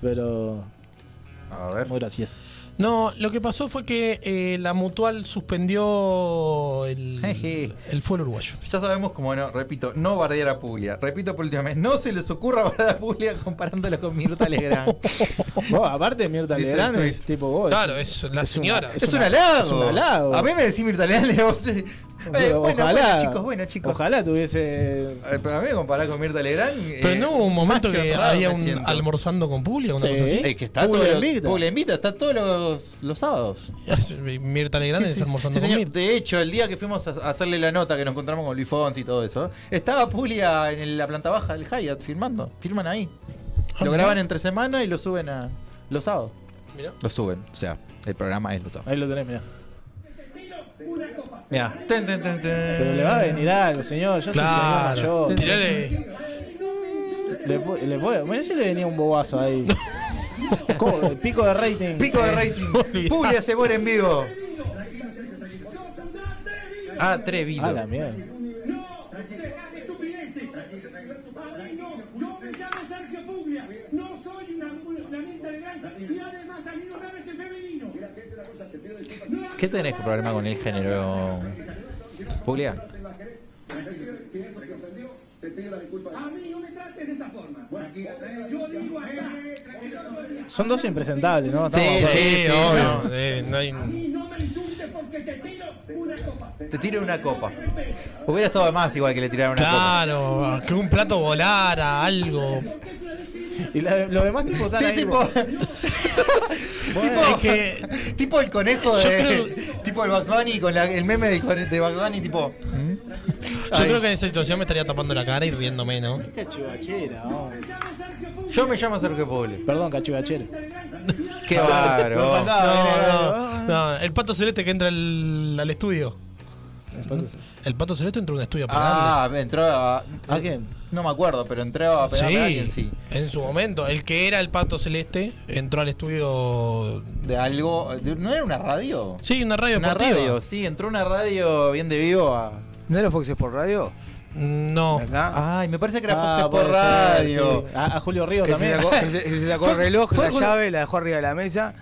S4: Pero
S2: A ver.
S4: muy gracioso.
S3: No, lo que pasó fue que eh, la mutual suspendió el,
S2: Jeje.
S3: el fuero uruguayo.
S2: Ya sabemos como no, repito, no bardear a Puglia. Repito por última vez, no se les ocurra bardear a Puglia comparándolo con Mirta Legrand.
S4: Vos, aparte, Mirta
S2: Dice el
S4: Legrand
S2: tweet.
S4: es tipo vos.
S3: Claro, es la
S4: una-
S3: señora.
S2: es,
S4: Es
S2: un
S4: una-
S2: halago.
S4: es un halago.
S2: A mí me decís Mirta Legrand, le vos- eh, bueno,
S4: Pero
S2: bueno,
S4: ojalá,
S2: chicos, bueno, chicos.
S4: Ojalá tuviese.
S2: Eh, Pero a mí me comparás con Mirta Legrand. eh,
S3: Pero no hubo un momento
S2: más
S3: que
S2: honrado
S3: había
S2: me
S3: un
S2: siento.
S3: almorzando con Puglia, una
S4: Sí.
S3: cosa así.
S2: Eh, que está
S4: Puglia
S2: todo
S4: invita.
S2: Puglia invita, está todos los, los sábados.
S3: Mirta Legrand
S2: Sí, sí,
S3: es almorzando
S2: sí,
S3: con
S2: señor.
S3: Mirta.
S2: De hecho, el día que fuimos a a hacerle la nota, que nos encontramos con Luis Fonsi y todo eso, estaba Puglia en el- la planta baja del Hyatt firmando. Firman ahí.
S3: Ah,
S2: Lo
S3: mirá.
S2: graban entre semana y lo suben a los sábados.
S3: Mirá.
S2: Lo suben, o sea, el programa es los sábados.
S4: Ahí lo tenés, mirá.
S2: Mira.
S4: Pero le va a venir algo, señor. Yo soy
S3: Claro.
S4: un señor mayor.
S3: Tirale.
S4: Le, pu- le puedo. Mirá si le venía un bobazo ahí. Co- Pico de rating.
S2: Pico de
S4: Eh,
S2: rating. Puglia se muere en vivo. Ah, atrevido.
S4: A la mierda.
S8: Yo me llamo Sergio Puglia, no soy una, una mente de granja y además a mí no sabes el femenino.
S2: ¿Qué tenés que problema con el género? Puglia.
S8: A mí no me trates de esa forma. Yo digo acá,
S4: Son dos impresentables, ¿no?
S2: Sí,
S4: Estamos-
S2: sí, obvio.
S3: No, eh, no hay-
S8: y no me insultes porque te tiro una copa.
S2: Te tiro una copa. Hubiera estado de más igual que le tiraron una copa.
S3: Claro, que un plato volara, algo.
S4: Y la- los demás tipos están
S2: Sí,
S4: ahí.
S2: tipo, tipo,
S3: Es que-
S2: tipo el conejo
S3: Yo
S2: de.
S3: creo-
S2: Tipo el Bugs Bunny con la- el meme del cone- de Bugs Bunny, tipo. ¿Mm?
S3: Yo
S2: Ay,
S3: creo que en esa situación me estaría tapando la cara y riéndome, ¿no?
S4: Qué chivachera, hombre.
S2: Yo me llamo Sergio Puglia.
S4: Perdón, cachivachera.
S2: Qué bárbaro.
S4: faltaba.
S3: No, no, no. El pato celeste que entra al, al estudio. El pato celeste entró a un estudio a pegarle.
S2: Ah, entró a.
S4: ¿A quién?
S2: No me acuerdo, pero entró a pegarle a alguien, sí.
S3: en su momento. El que era el pato celeste entró al estudio.
S2: De algo. de- ¿No era una radio?
S3: Sí, una radio
S2: Una
S3: deportiva.
S2: radio, sí, entró una radio bien de vivo a.
S6: ¿No era Fox Sport Radio?
S3: No.
S6: ¿Verdad?
S2: Ay, me parece que era Fox
S4: Ah,
S2: Sport
S4: puede ser,
S2: Radio.
S4: sí. A, a Julio Ríos
S6: que se
S4: también.
S6: sacó, que se- que se sacó el
S4: Fue-
S6: reloj,
S4: fue
S6: la
S4: con-
S6: llave, la dejó arriba de la mesa.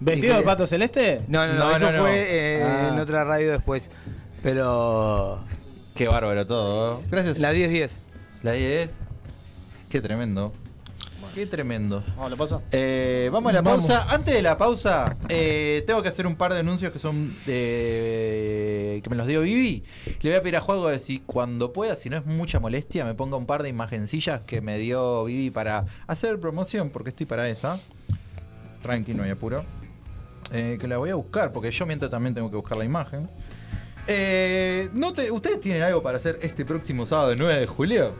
S4: ¿Vestido de pato celeste?
S6: No, no, no,
S2: No,
S6: eso
S2: no, no.
S6: fue eh,
S4: Ah.
S6: en otra radio después. Pero.
S2: Qué bárbaro todo. ¿eh? Gracias.
S6: La 10-10.
S2: La 10. Qué tremendo. Qué tremendo.
S4: Vamos, lo paso.
S2: Eh, vamos a la
S3: Vamos.
S2: pausa. Antes de la pausa, eh, tengo que hacer un par de anuncios que son eh, que me los dio Vivi. Le voy a pedir a Juego de si cuando pueda, si no es mucha molestia, me ponga un par de imagencillas que me dio Vivi para hacer promoción, porque estoy para esa. Tranqui, no hay apuro. Eh, que la voy a buscar, porque yo mientras también tengo que buscar la imagen. Eh, no te- ¿Ustedes tienen algo para hacer este próximo sábado, el 9 de julio?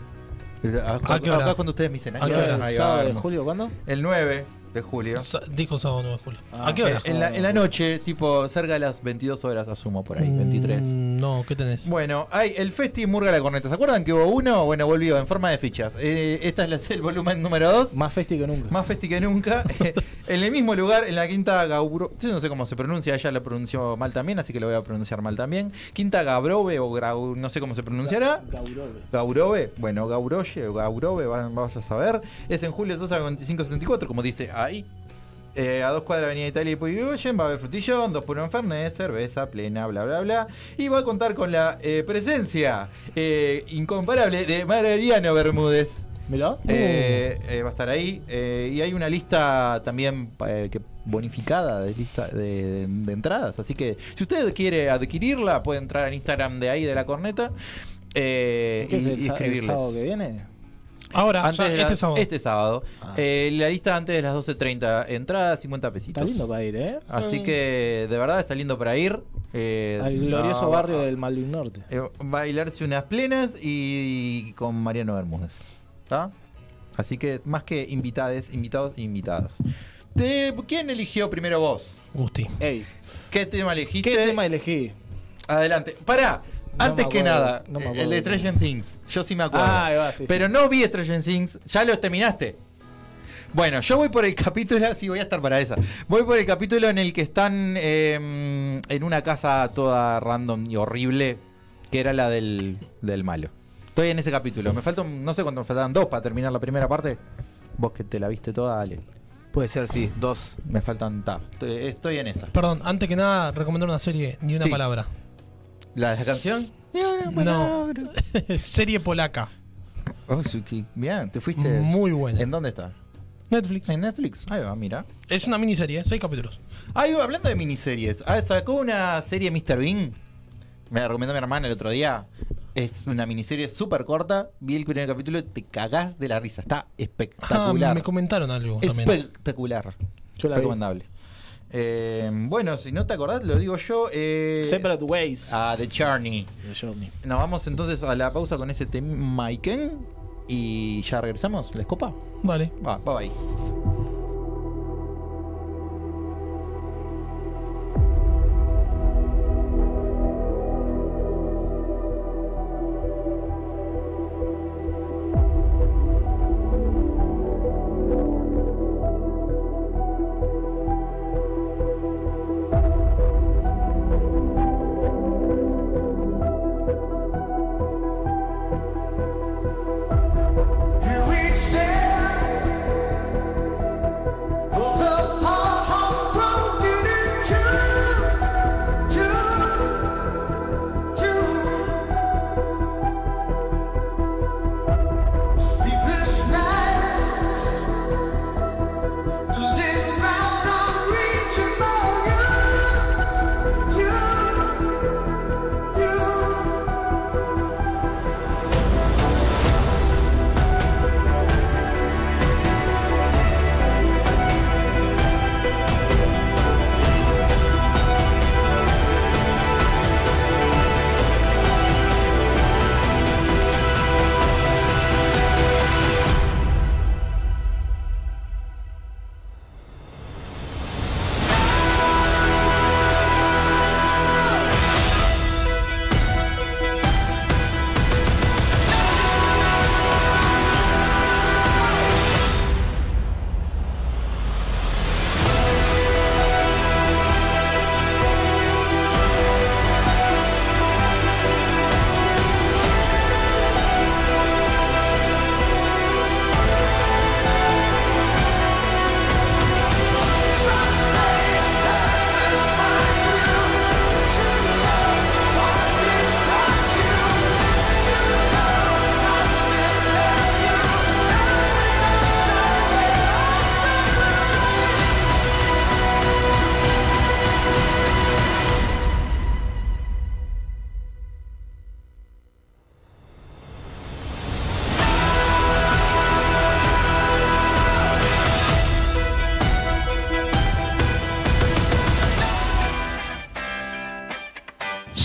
S2: Ah,
S3: ¿A qué hora?
S2: Acá cuando ustedes me dicen,
S3: ¿A qué hora?
S2: Ah, Ahí
S4: ¿El
S2: va,
S4: sábado de
S2: hermoso.
S4: julio cuándo?
S2: El 9 de julio.
S3: Sa- Dijo sábado 9 de julio.
S4: Ah.
S3: ¿A qué hora?
S2: Eh, en, la, en la noche, tipo cerca de las 22 horas, asumo por ahí, 23.
S3: Mm, no, ¿qué tenés?
S2: Bueno, hay el Festi Murga la Corneta. ¿Se acuerdan que hubo uno? Bueno, volvió en forma de fichas. Eh, esta es la- el volumen número 2.
S4: Más festi que nunca.
S2: Más festi que nunca. en el mismo lugar, en la Quinta Gauro. Yo no sé cómo se pronuncia, ella la pronunció mal también, así que lo voy a pronunciar mal también. Quinta Gabrove o Grau, no sé cómo se pronunciará.
S4: Gaurobe.
S2: Gaurobe, bueno, Gauroye o Gaurobe, va- vas a saber. Es en Julio Sosa 2574, como dice ahí. Eh, a dos cuadras de Avenida Italia y Puyugoyen va a haber frutillón, dos por un fernet, cerveza plena, bla, bla, bla. Y va a contar con la eh, presencia eh, incomparable de Mariano Bermúdez.
S4: ¿Mirá?
S2: Eh,
S3: Uh.
S2: eh, va a estar ahí. eh, y hay una lista también eh, que bonificada de lista de, de- de entradas. Así que si usted quiere adquirirla, puede entrar al Instagram de ahí de la corneta. eh,
S4: Uh, ¿Qué
S2: y,
S4: Este es el,
S2: y
S4: sa- el sábado
S2: escribirles.
S4: que viene?
S3: Ahora,
S2: Antes
S3: ya,
S2: de la-
S3: este sábado.
S4: Ah.
S2: Eh, la lista antes de las 12.30. Entrada 50 pesitos.
S4: Está lindo para ir, ¿eh?
S2: Así que de verdad está lindo para ir. eh,
S4: Al glorioso
S2: no,
S4: barrio del Malvin Norte.
S2: eh, bailarse unas plenas y con Mariano Bermúdez. ¿Está? Así que más que invitades, invitados e invitadas. Te- ¿Quién eligió primero vos?
S3: Gusti.
S4: Ey,
S2: ¿Qué tema elegiste?
S4: ¿qué tema elegí?
S2: Adelante. Pará.
S4: No
S2: Antes
S4: me
S2: que
S4: acuerdo,
S2: nada,
S4: no me acuerdo.
S2: el de Stranger Things. Yo sí me acuerdo.
S4: Ah, ahí va, sí.
S2: Pero no vi Stranger Things. ¿Ya lo terminaste? Bueno, yo voy por el capítulo. Sí, voy a estar para esa. Voy por el capítulo en el que están eh, en una casa toda random y horrible. Que era la del, del malo. Estoy en ese capítulo. Me faltan, no sé cuánto me faltan dos para terminar la primera parte. Vos que te la viste toda, dale.
S6: Puede ser, sí, dos.
S2: Me faltan ta. Estoy- Estoy en esa.
S9: Perdón, antes que nada, recomendar una serie, ni una
S2: Sí.
S9: palabra.
S2: ¿La de la canción?
S9: No. serie polaca.
S2: Oh, sí, que- bien, te fuiste.
S9: Muy buena.
S2: ¿En dónde está?
S9: Netflix.
S2: En Netflix. Ahí va, mira.
S9: Es una miniserie, ¿eh? seis capítulos.
S2: Ahí va, hablando de miniseries. Ah, sacó una serie Mr. Bean. Me la recomendó mi hermana el otro día. Es una miniserie súper corta. Vi el primer capítulo y te cagás de la risa. Está
S9: Ah,
S2: espectacular.
S9: me comentaron algo también.
S2: espectacular.
S4: Yo la vi.
S2: Recomendable. Eh, bueno, si no te acordás, lo digo yo. Eh,
S4: Separate Ways.
S2: Ah, The Journey.
S4: De Journey.
S2: Nos vamos entonces a la pausa con ese tema, Iken, Y ya regresamos. ¿Les copa?
S9: Vale.
S2: Va, va ahí.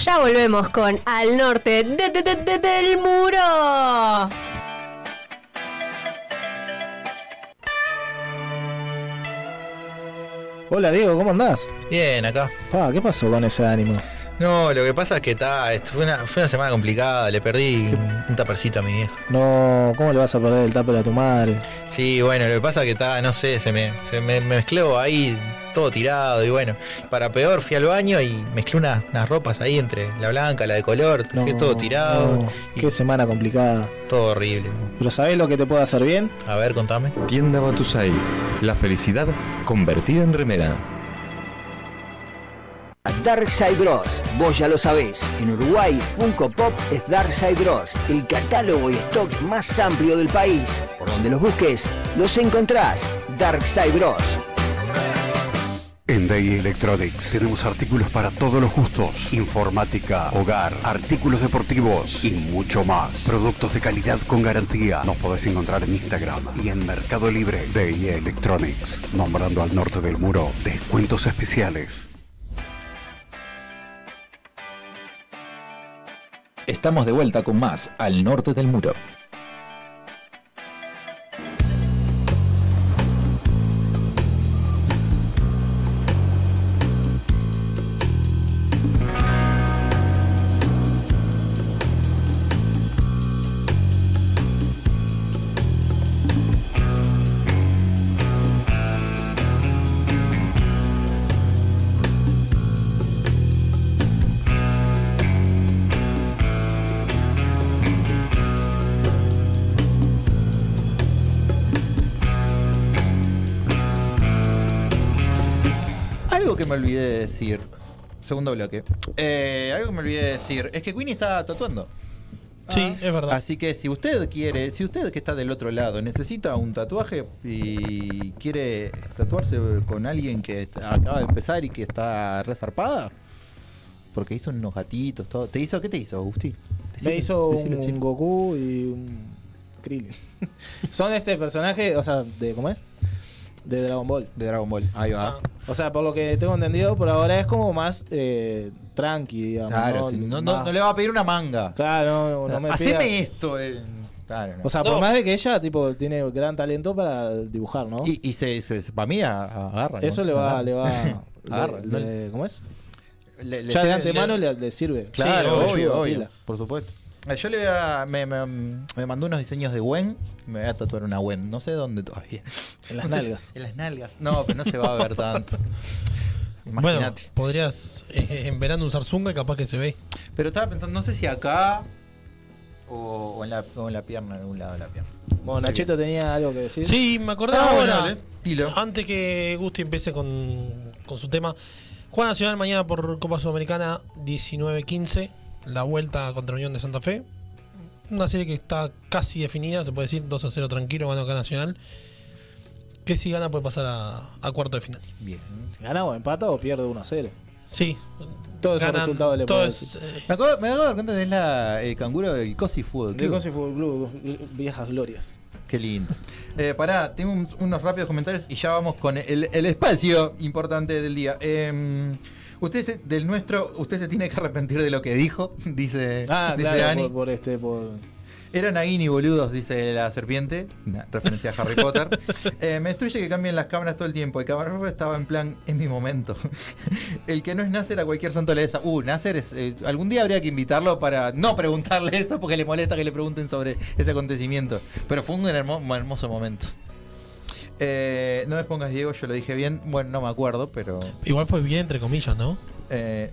S10: Ya volvemos con Al Norte de- de- de- de- del Muro.
S4: Hola Diego, ¿cómo andás?
S3: Bien, acá.
S4: Pa, ¿qué pasó con ese ánimo?
S3: No, lo que pasa es que está, esto fue una, fue una semana complicada, le perdí un, un tapercito a mi vieja.
S4: No, ¿cómo le vas a perder el tupper a tu madre?
S3: Sí, bueno, lo que pasa es que está, no sé, se me, se me, me mezcló ahí todo tirado y bueno, para peor fui al baño y mezclé una- unas ropas ahí entre la blanca, la de color,
S4: No,
S3: dejé todo tirado,
S4: no,
S3: y-
S4: qué semana complicada.
S3: todo horrible.
S4: Pero ¿sabés lo que te puede hacer bien?
S3: A ver, contame.
S11: Tienda Batusai. La felicidad convertida en remera.
S5: Darkside Bros. Vos ya lo sabés. En Uruguay, Funko Pop es Darkside Bros. El catálogo y stock más amplio del país. Por donde los busques, los encontrás. Darkside Bros.
S12: En Day Electronics tenemos artículos para todos los gustos, informática, hogar, artículos deportivos y mucho más. Productos de calidad con garantía. Nos podés encontrar en Instagram y en Mercado Libre. Day Electronics, nombrando al norte del muro, descuentos especiales.
S11: Estamos de vuelta con más al norte del muro.
S13: Thank
S2: que me olvidé de decir. Segundo bloque. Eh, algo que me olvidé de decir es que Queenie está tatuando.
S3: Sí, es verdad.
S2: Así que si usted quiere, si usted que está del otro lado necesita un tatuaje y quiere tatuarse con alguien que est- acaba de empezar y que está resarpada, porque hizo unos gatitos, todo. ¿Te hizo qué te hizo, Agustín? Decilo,
S4: Me hizo
S2: decilo,
S4: un
S2: decilo.
S4: Goku y un Krillin. Son este personaje, o sea, de ¿cómo es? De Dragon Ball.
S2: De Dragon Ball, ahí va.
S4: O sea, por lo que tengo entendido, por ahora es como más eh, tranqui, digamos.
S2: Claro, si no, no-
S4: Más-
S2: no le va a pedir una manga.
S4: Claro, no, no me
S2: Haceme
S4: pida-
S2: esto. eh. Claro, no.
S4: O sea, por más de que ella tipo tiene gran talento para dibujar, ¿no?
S2: Y, y se, se- se- para mí a- a- agarra.
S4: Eso
S2: ¿no?
S4: le va,
S2: Agarra.
S4: le va. le-
S2: Agarra, no
S4: le-
S2: le-
S4: ¿Cómo es?
S2: Le- le
S4: ya de
S2: sirve-
S4: antemano le, le sirve.
S2: Claro, obvio,
S4: Sí, ayuda,
S2: obvio,
S4: pila.
S2: por supuesto. Eh, Yo le voy a, me, me, me mandó unos diseños de Gwen. Me voy a tatuar una Gwen. No sé dónde todavía.
S4: En las
S2: No sé-
S4: nalgas.
S2: En las nalgas. No, pero no se va a ver tanto.
S3: Bueno,
S2: Imagínate.
S3: podrías eh, en verano usar zunga y capaz que se ve.
S2: Pero estaba pensando, no sé si acá o, o en, la, o en la pierna, en algún lado de la pierna.
S4: Bueno, Nachito tenía algo que decir.
S3: Sí, me acordé
S2: Ah, bueno,
S3: ahora.
S2: dale,
S3: Antes que Gusti empiece con, con su tema. Juega Nacional mañana por Copa Sudamericana 19-15. La vuelta contra Unión de Santa Fe. Una serie que está casi definida, se puede decir 2 a 0 tranquilo, gana acá Nacional. Que si gana puede pasar a, a cuarto de final.
S2: Bien.
S4: ¿Gana o empata o pierde 1 a 0?
S3: Sí.
S4: Todos esos
S3: Ganan,
S4: resultados le
S3: todo
S4: puedo
S3: es-
S4: decir.
S2: Me acabo, me acabo de dar cuenta que es la, el canguro del Cosi Fútbol. Club.
S4: Ricos y Fútbol Club, viejas glorias.
S2: Qué lindo. Eh, pará, tengo un- unos rápidos comentarios y ya vamos con el, el espacio importante del día. Eh, usted se- del nuestro, usted se tiene que arrepentir de lo que dijo, dice,
S4: Ah,
S2: dice
S4: claro,
S2: Ani.
S4: por, por este, por...
S2: Eran Nagini boludos, dice la serpiente. Una referencia a Harry Potter. Eh, me destruye que cambien las cámaras todo el tiempo. El camarógrafo estaba en plan, es mi momento. el que no es Nasser a cualquier santo le da Uh, Nasser es. eh, algún día habría que invitarlo para no preguntarle eso porque le molesta que le pregunten sobre ese acontecimiento. Pero fue un hermo- un hermoso momento. Eh, no me pongas Diego, yo lo dije bien. Bueno, no me acuerdo, pero.
S3: Igual fue bien, entre comillas, ¿no?
S2: Eh,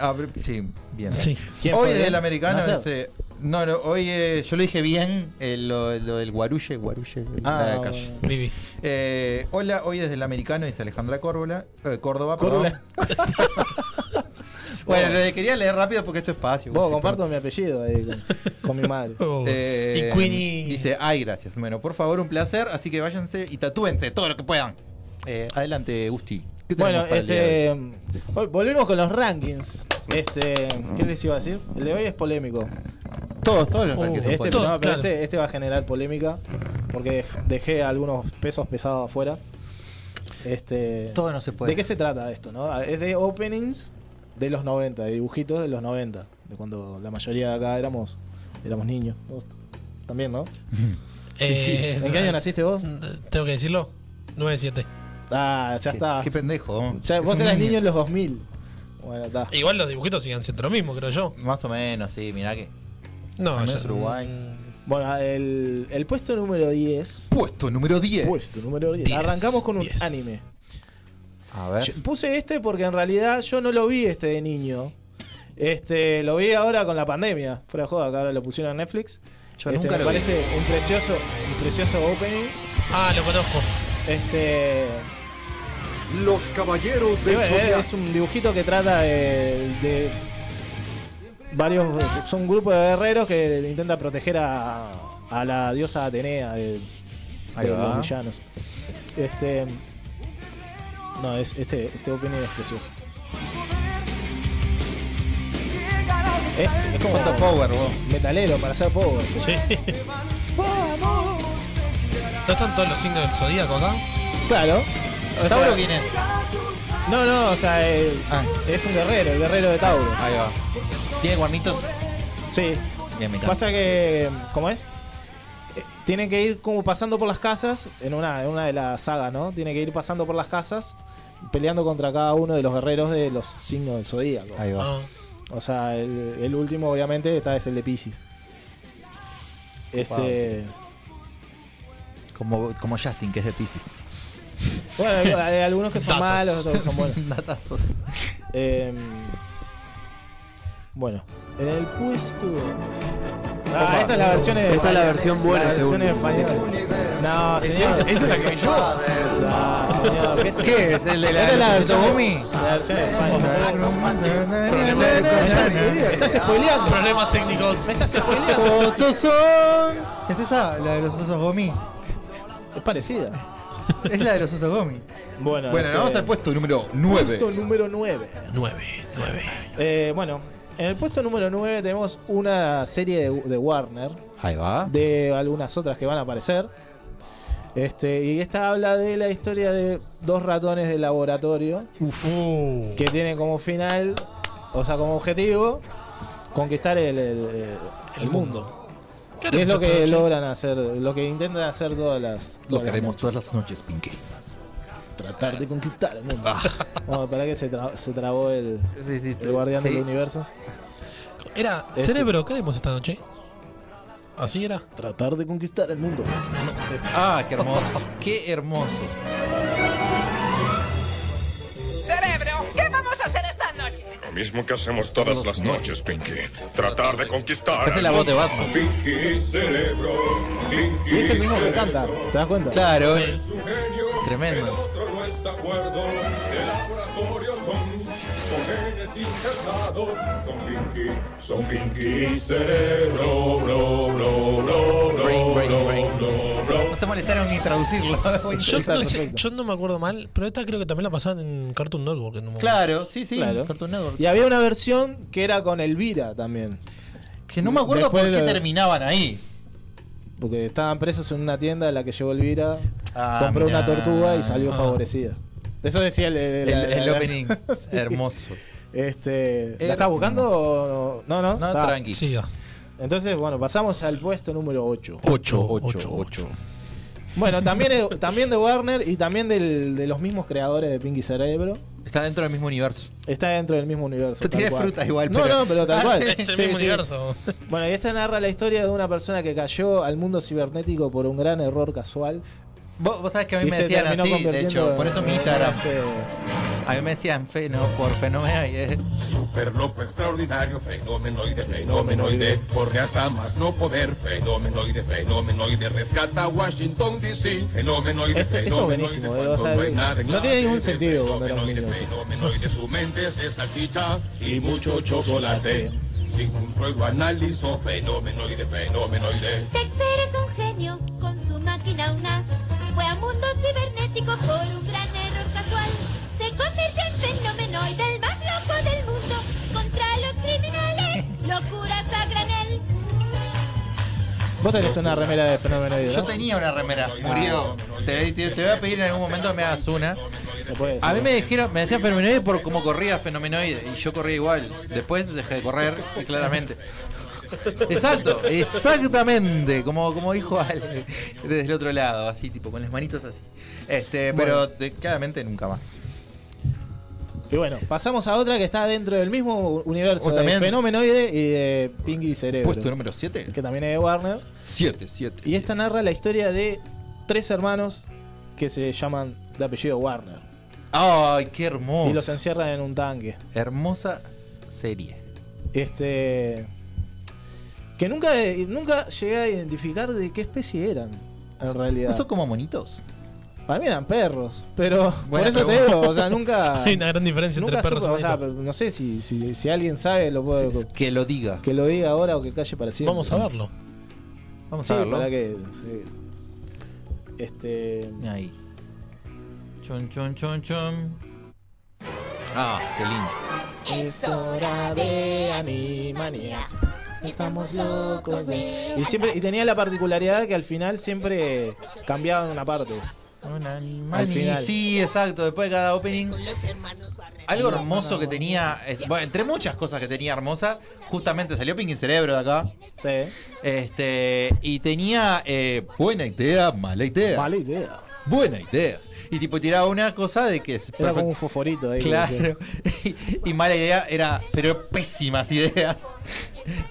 S2: abre- sí, bien.
S3: Sí.
S4: ¿Quién
S2: Hoy
S4: fue
S2: desde
S4: bien?
S2: el americano
S4: ¿Nasser?
S2: dice- No, no, hoy eh, yo lo dije bien, eh, lo, lo del guarulle, guarulle, el-
S4: Ah,
S2: la calle.
S4: bueno.
S3: Vivi.
S2: Eh, hola, hoy desde el americano dice Alejandra Córbola, eh, Córdoba. perdón.
S4: Córdola.
S2: bueno, le quería leer rápido porque esto es espacio.
S4: Vos,
S2: Gusti,
S4: comparto mi apellido ahí con, con mi madre.
S2: eh,
S3: y Queenie.
S2: Dice, ay, gracias. Bueno, por favor, un placer. Así que váyanse y tatúense todo lo que puedan. Eh, adelante, Gusti. ¿Qué tenemos
S4: Bueno,
S2: para el día de hoy?
S4: este, hoy volvemos con los rankings. Este, ¿qué les iba a decir? El de hoy es polémico.
S2: Todos, todos los
S3: Uh,
S2: ranqueos son
S4: Este,
S2: polémicos.
S4: no, pero
S3: claro.
S4: este, este va a generar polémica porque dej- dejé algunos pesos pesados afuera. Este,
S2: Todo no se puede.
S4: ¿De qué se trata esto? No? Ah, Es de openings de los 90, de dibujitos de los 90, de cuando la mayoría de acá éramos, éramos niños. Vos también, ¿no?
S3: Eh, mm,
S4: ¿En qué año naciste vos?
S3: Tengo que decirlo. 9-7.
S4: Ah, ya
S2: Qué-
S4: está.
S2: Qué pendejo. ¿no?
S4: Ya,
S2: Es
S4: vos
S2: un
S4: eras niño en los 2000. Bueno, está.
S3: Igual los dibujitos siguen siendo lo mismo, creo yo.
S2: Más o menos, sí, mirá que.
S3: No,
S2: Al menos
S3: ya-
S2: Uruguay.
S4: Bueno, el, el puesto número 10.
S2: Puesto número 10.
S4: Puesto número 10.
S3: 10,
S4: Arrancamos con un
S3: 10.
S4: anime.
S2: A ver.
S4: Yo puse este porque en realidad yo no lo vi este de niño. Este, lo vi ahora con la pandemia. Fuera de joda, que ahora lo pusieron en Netflix.
S2: Yo
S4: Este,
S2: nunca
S4: me
S2: lo vi.
S4: parece un precioso, un precioso opening.
S3: Ah, lo conozco.
S4: Este.
S14: Los caballeros
S4: sí, bueno, es un dibujito que trata de. de varios. Son un grupo de guerreros que intenta proteger a, a la diosa Atenea de,
S2: Ahí
S4: de
S2: va.
S4: los villanos. Este. No, es, este, este opening es precioso. Es, es como
S2: Cuánto power, vos.
S4: metalero para ser power.
S3: Sí. ¿No están todos los signos del zodíaco acá?
S4: Claro. O sea,
S2: ¿Tauro quién es?
S4: no, no, o sea, eh,
S2: Ah.
S4: es un guerrero, el guerrero de Tauro.
S2: Ahí va. ¿Tiene guarnitos?
S4: Sí.
S2: Bien, mitad.
S4: Pasa que, ¿cómo es? Eh, Tienen que ir como pasando por las casas, en una, en una de las sagas, ¿no? Tienen que ir pasando por las casas, peleando contra cada uno de los guerreros de los signos del zodíaco.
S2: Ahí va.
S3: Ah,
S4: O sea, el, el último, obviamente, está, es el de Pisces. Este.
S2: Como, como Justin, que es de Pisces.
S4: Bueno, hay, hay algunos que son
S3: Datos.
S4: malos, otros que son buenos.
S2: Datazos.
S4: Eh, bueno, en el puesto. Ah,
S5: Opa.
S4: esta es la versión en
S5: Esta es la versión buena,
S4: la versión
S5: según
S4: en español. No, señor.
S5: es la que vi yo.
S4: Ah, señor. ¿Qué es,
S2: ¿Qué es? ¿El de la-
S4: ¿Es la
S2: de
S4: versión
S2: Togumi?
S4: La versión de
S15: Me
S4: Estás spoileando.
S3: Problemas técnicos.
S4: Me estás spoileando.
S15: Ososón. ¿Es esa? La de los osos gomi.
S4: Es parecida.
S15: Es la de los osos gomi.
S4: Bueno,
S2: Bueno,
S4: este,
S2: vamos al puesto número 9.
S4: Puesto número 9.
S3: 9, 9.
S4: Eh, bueno, en el puesto número 9 tenemos una serie de, de Warner.
S2: Ahí va.
S4: De algunas otras que van a aparecer. Este, y esta habla de la historia de dos ratones de laboratorio.
S3: Uh,
S4: Que tienen como final, o sea, como objetivo, conquistar el, el- el- el mundo.
S3: ¿Qué
S4: Y es lo
S3: haremos esta
S4: que
S3: noche?
S4: logran hacer, lo que intentan hacer todas las.
S2: Lo
S4: todas
S2: que
S4: las
S2: haremos todas las noches, Pinky.
S4: Tratar de conquistar el mundo. Bueno, Ah. para que se, tra- se trabó el, el
S2: te-
S4: guardián
S2: sí.
S4: del universo.
S3: Era
S4: Este-
S3: cerebro, ¿qué haremos esta noche? Así era.
S4: Tratar de conquistar el mundo.
S2: Ah, qué hermoso. qué hermoso.
S1: Cerebro, ¿qué vamos a hacer esta noche?
S10: Lo mismo que hacemos todas las noches, Pinky. Tratar de conquistar.
S2: Esa es
S10: al
S2: la voz de
S10: mundo.
S2: Batman.
S10: Pinky cerebro. Pinky
S4: Y es el mismo que canta, ¿te das cuenta?
S2: Claro.
S4: Sí.
S2: Tremendo.
S10: Otro no está de acuerdo. El laboratorio son con genes insertados. Son Pinky, son Pinky cerebro. Bro, bro, bro, bro, bro, bro, bro.
S15: No se molestaron ni traducirlo.
S3: Yo no, sé- yo no me acuerdo mal, pero esta creo que también la pasaban en Cartoon Network. en un momento.
S2: Claro, sí, sí.
S4: Claro.
S2: Cartoon Network.
S4: Y había una versión que era con Elvira también.
S2: Que no me acuerdo
S4: Después
S2: por qué
S4: lo-
S2: terminaban ahí.
S4: Porque estaban presos en una tienda a la que llegó Elvira,
S2: Ah,
S4: compró
S2: mirá.
S4: una tortuga y salió
S2: Ah.
S4: favorecida. Eso decía el, el-
S2: El,
S4: la-
S2: el
S4: la-
S2: opening. Eh.
S4: Sí.
S2: Hermoso.
S4: Este,
S2: Her-
S4: ¿La estás buscando o no? No, no.
S2: No,
S4: está.
S2: tranqui.
S3: Siga.
S4: Entonces, bueno, pasamos al puesto número 8.
S2: 8, 8, 8.
S4: Bueno, también, es- también de Warner y también del- de los mismos creadores de Pinky Cerebro.
S2: Está dentro del mismo universo.
S4: Está dentro del mismo universo.
S2: Esto
S4: tal
S2: tiene
S4: cual.
S2: fruta igual,
S4: No,
S2: pero-
S4: no, pero tal
S2: Ah,
S4: cual.
S2: es el
S4: Sí,
S2: mismo
S4: sí.
S2: universo.
S4: Bueno, y esta narra la historia de una persona que cayó al mundo cibernético por un gran error casual.
S2: Vos, vos sabés que a mí
S4: Y
S2: me
S4: se
S2: decían
S4: terminó
S2: así, de
S4: convirtiendo
S2: hecho, por eso mi
S4: en- este-
S2: Instagram.
S4: en-
S2: A mí me decían feno, por fenómeno. y es-
S10: Super loco, extraordinario, fenomenoide, fenomenoide, porque hasta más no poder, fenomenoide, fenomenoide, rescata Washington DC, fenomenoide,
S4: Esto- esto es
S10: fenomenoide,
S4: buenísimo, eh, o
S10: cuando
S4: sea,
S10: no hay nada en
S4: no
S10: la
S4: tiene ningún
S10: vida,
S4: sentido cuando era un
S10: fenomenoide,
S4: niño.
S10: fenomenoide, su mente es de salchicha y mucho chocolate. Sin control lo analizo, fenomenoide, fenomenoide.
S16: Dexter es un genio, con su máquina unas. Fue a mundo cibernético por un gran error casual. Se convirtió en fenomenoide, el más loco del mundo. Contra los criminales, locuras a granel.
S4: Vos tenés una remera de fenómeno
S2: Yo tenía una remera, murió. Te, te- te voy a pedir en algún momento que me hagas una. A mí me dijeron, me decían fenomenoide por cómo corría fenomenoide y yo corría igual. Después dejé de correr, claramente. Exacto, exactamente, como, como dijo Ale desde el otro lado, así tipo con las manitos así. Este, pero te- claramente nunca más.
S4: Y bueno, pasamos a otra que está dentro del mismo universo
S2: Oh,
S4: de
S2: también.
S4: Fenomenoide y de Pinky Cerebro.
S2: Puesto número 7.
S4: Que también es de Warner.
S2: 7, 7.
S4: Y esta narra la historia de tres hermanos que se llaman de apellido Warner.
S2: Ay, qué hermoso.
S4: Y los encierran en un tanque.
S2: Hermosa serie.
S4: Este. Que nunca, nunca llegué a identificar de qué especie eran, en realidad.
S2: ¿No son como monitos?
S4: Para mí eran perros, pero
S2: Buena
S4: por eso te
S2: pregunta.
S4: digo, o sea, nunca.
S3: Hay una gran diferencia entre
S4: Ah. nunca
S3: perros
S4: supe,
S3: y
S4: o sea,
S3: monitos.
S4: No sé si, si, si alguien sabe, lo puedo.
S2: Sí, que lo diga.
S4: Que lo diga ahora o que calle para siempre.
S3: Vamos a verlo.
S2: Vamos
S4: Sí,
S2: a verlo.
S4: para que. sí. Este.
S2: Ahí. Chon, chon, chon, chon. Ah, qué lindo.
S4: Es hora de animanías. Estamos locos de. Y siempre y tenía la particularidad que al final siempre cambiaban una parte. Al
S2: Mani,
S4: final.
S2: sí, exacto. Después de cada opening. Algo hermoso que tenía, es- bueno, entre muchas cosas que tenía hermosa, justamente salió Pinky Cerebro de acá.
S4: Sí.
S2: Este, y tenía eh, buena idea, mala idea.
S4: Mala idea.
S2: Buena idea. Y tipo tiraba una cosa de que es
S4: Era como
S2: perfecto.
S4: un fosforito ahí.
S2: Claro. Y, y mala idea era, pero pésimas ideas.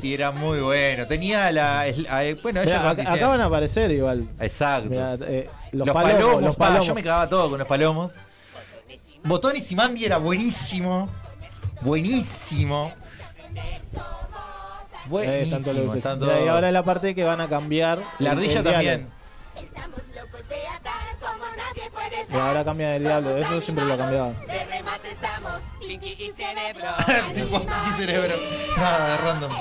S2: Y era muy bueno. Tenía la. es- la- eh, bueno,
S4: Mirá,
S2: ella
S4: acá, acá van a aparecer igual.
S2: Exacto.
S4: Mirá, eh, los,
S2: los,
S4: palomos,
S2: palomos,
S4: los
S2: pa,
S4: palomos.
S2: yo me cagaba todo con los palomos. Botones y Mandy era buenísimo. Buenísimo.
S4: Eh, están todos los-
S2: Buenísimo. están
S4: Mirá, y
S2: todos-
S4: ahora la parte que van a cambiar.
S2: La
S4: el-
S2: ardilla
S4: el
S2: también.
S4: diálogo.
S16: Estamos locos de atar como nadie puede
S4: Pero ahora cambia el diablo, eso siempre lo cambiaba.
S16: De remate estamos, Pinky y Cerebro.
S2: tipo, mi cerebro. Nada, de random.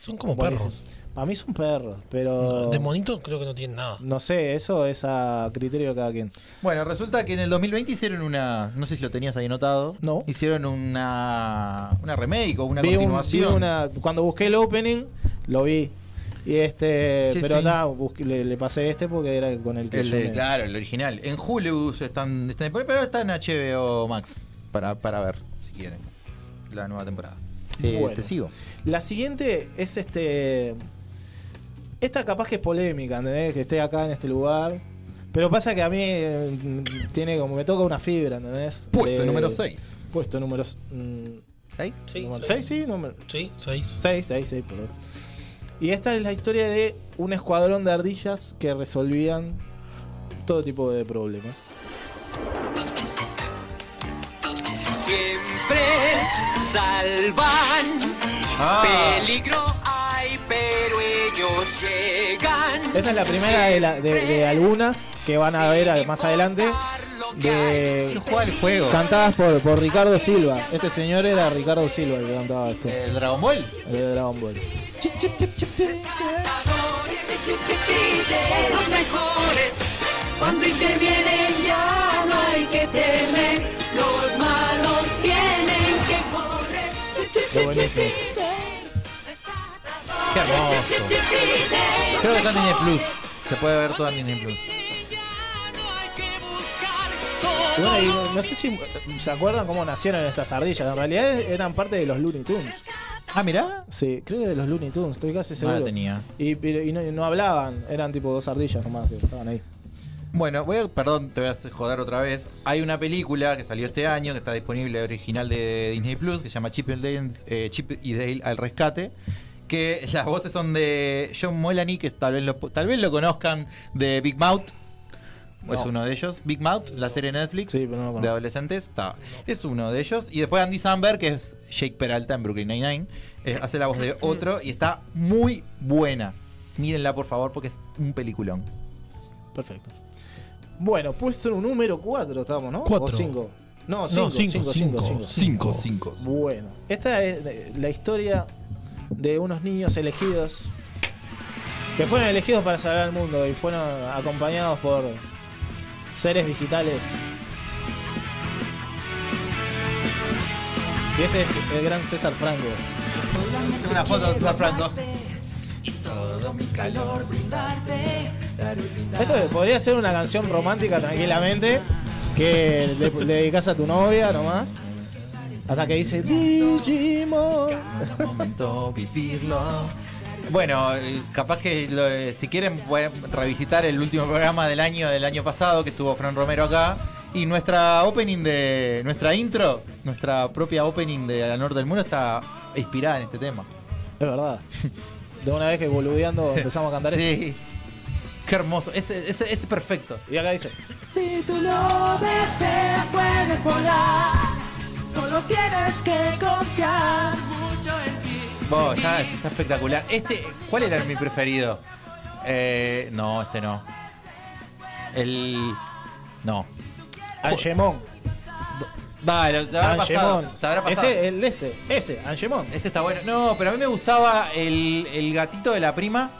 S3: Son como
S4: Buenísimo.
S3: perros.
S4: Para mí son perros, pero.
S3: De monito creo que no tienen nada.
S4: No sé, eso es a criterio de cada quien.
S2: Bueno, resulta que en el 2020 hicieron una. No sé si lo tenías ahí anotado.
S4: No.
S2: Hicieron una. Una remake o una
S4: Vi un-
S2: continuación.
S4: vi una- cuando busqué el opening, lo vi. Y este,
S2: Sí,
S4: pero
S2: sí.
S4: nada, busqué- le, le pasé este porque era con el que
S2: El,
S4: yo
S2: eh,
S4: me-
S2: claro, el original. En Hulu están, están disponibles, pero está en HBO Max para, para ver, si quieren, la nueva temporada. Eh,
S4: Bueno.
S2: Te sigo.
S4: La siguiente es este. Esta capaz que es polémica, ¿entendés? Que esté acá en este lugar. Pero pasa que a mí eh, tiene como me toca una fibra, ¿entendés?
S2: Puesto
S4: De-
S2: número 6.
S4: Puesto número 6.
S3: Sí, seis.
S4: número 6, sí, número.
S3: Sí, seis.
S4: 6, 6, 6, perdón. Y esta es la historia de un escuadrón de ardillas que resolvían todo tipo de problemas.
S1: Siempre salvan.
S2: Ah.
S1: Peligro hay, pero ellos llegan.
S4: Esta es la primera de, la- de- de algunas que van a ver a- más adelante. De,
S2: juego.
S4: Cantadas por, por Ricardo Silva. Este señor era Ricardo Silva el que cantaba esto.
S2: ¿El Dragon Ball?
S4: El de Dragon Ball.
S1: Los mejores. Cuando intervienen ya no hay que temer. Los malos tienen que correr.
S4: Qué buenísimo.
S2: Qué hermoso. Creo que está en Disney Plus. Se puede ver toda en Disney Plus.
S4: Y bueno, y no sé si eh, se acuerdan cómo nacieron estas ardillas. En realidad eran parte de los Looney Tunes.
S2: Ah, mirá.
S4: Sí, creo que de los Looney Tunes, estoy casi
S2: No
S4: seguro.
S2: la tenía.
S4: Y, pero- y no, y no hablaban, eran tipo dos ardillas nomás que estaban ahí.
S2: Bueno, voy a, perdón, te voy a hacer joder otra vez. Hay una película que salió este año, que está disponible original de Disney Plus, que se llama Chip and Dale, eh, Chip y Dale al rescate. Que las voces son de John Mulaney, que tal vez lo, tal vez lo conozcan de Big Mouth. Es
S4: No.
S2: uno de ellos. Big Mouth, la serie de Netflix de adolescentes. Está. Es uno de ellos. Y después Andy Samberg, que es Jake Peralta en Brooklyn Nine-Nine, eh, hace la voz de otro y está muy buena. Mírenla, por favor, porque es un peliculón.
S4: Perfecto. Bueno, puesto número 4 estamos, ¿no?
S2: Cuatro.
S4: O 5. No,
S2: No,
S4: 5,
S2: cinco,
S4: 5, 5,
S2: cinco,
S4: 5.
S2: cinco, cinco.
S4: Bueno, esta es eh, la historia de unos niños elegidos que fueron elegidos para salvar al mundo y fueron acompañados por seres digitales. Y este es el gran César Franco.
S2: Una foto de César Franco.
S1: Todo mi calor brindarte. dar un brindar.
S4: Esto podría ser una canción romántica tranquilamente que le, le dedicas a tu novia nomás. Hasta que dice Digimon.
S2: Momento vivirlo. Bueno, eh, capaz que lo, eh, si quieren pueden revisitar el último programa del año del año pasado que estuvo Fran Romero acá y nuestra opening de nuestra intro, nuestra propia opening de Al Norte del Muro está inspirada en este tema.
S4: Es verdad. De una vez que boludeando empezamos a cantar esto.
S2: Sí. Qué hermoso, es, es- es perfecto.
S4: Y acá dice.
S1: Si tú lo deseas puedes volar. Solo tienes que confiar mucho en ti.
S2: Vos, está, está espectacular. Este, ¿cuál era mi preferido? Eh, no, este no. El no.
S4: Angemon.
S2: Vale, se habrá pasado.
S4: Angemon.
S2: se habrá pasado.
S4: Ah, Ese, el de este. Ese, Angemon.
S2: Ese está bueno. No, pero a mí me gustaba el, el gatito de la prima,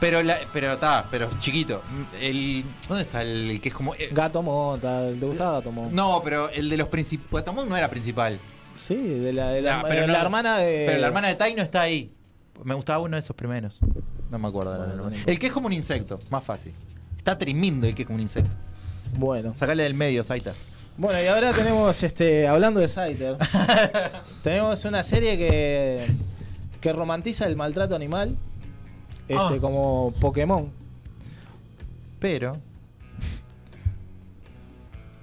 S2: pero la, pero está, pero chiquito. El ¿dónde está el que es como eh,
S4: Gato Monta, ¿te gustaba Gato Monta?
S2: No, pero el de los principales no era principal.
S4: Sí, de la, de la,
S2: Ah, pero
S4: de
S2: no-
S4: la hermana de.
S2: Pero la hermana de Tai no está ahí. Me gustaba uno de esos primeros. No me acuerdo. la hermana. el que es como un insecto, más fácil. Está tremendo el que es como un insecto.
S4: Bueno.
S2: Sacale del medio, Saita.
S4: Bueno, y ahora tenemos, este, hablando de Saiter, tenemos una serie que, que romantiza el maltrato animal, este,
S2: Ah.
S4: como Pokémon.
S2: Pero.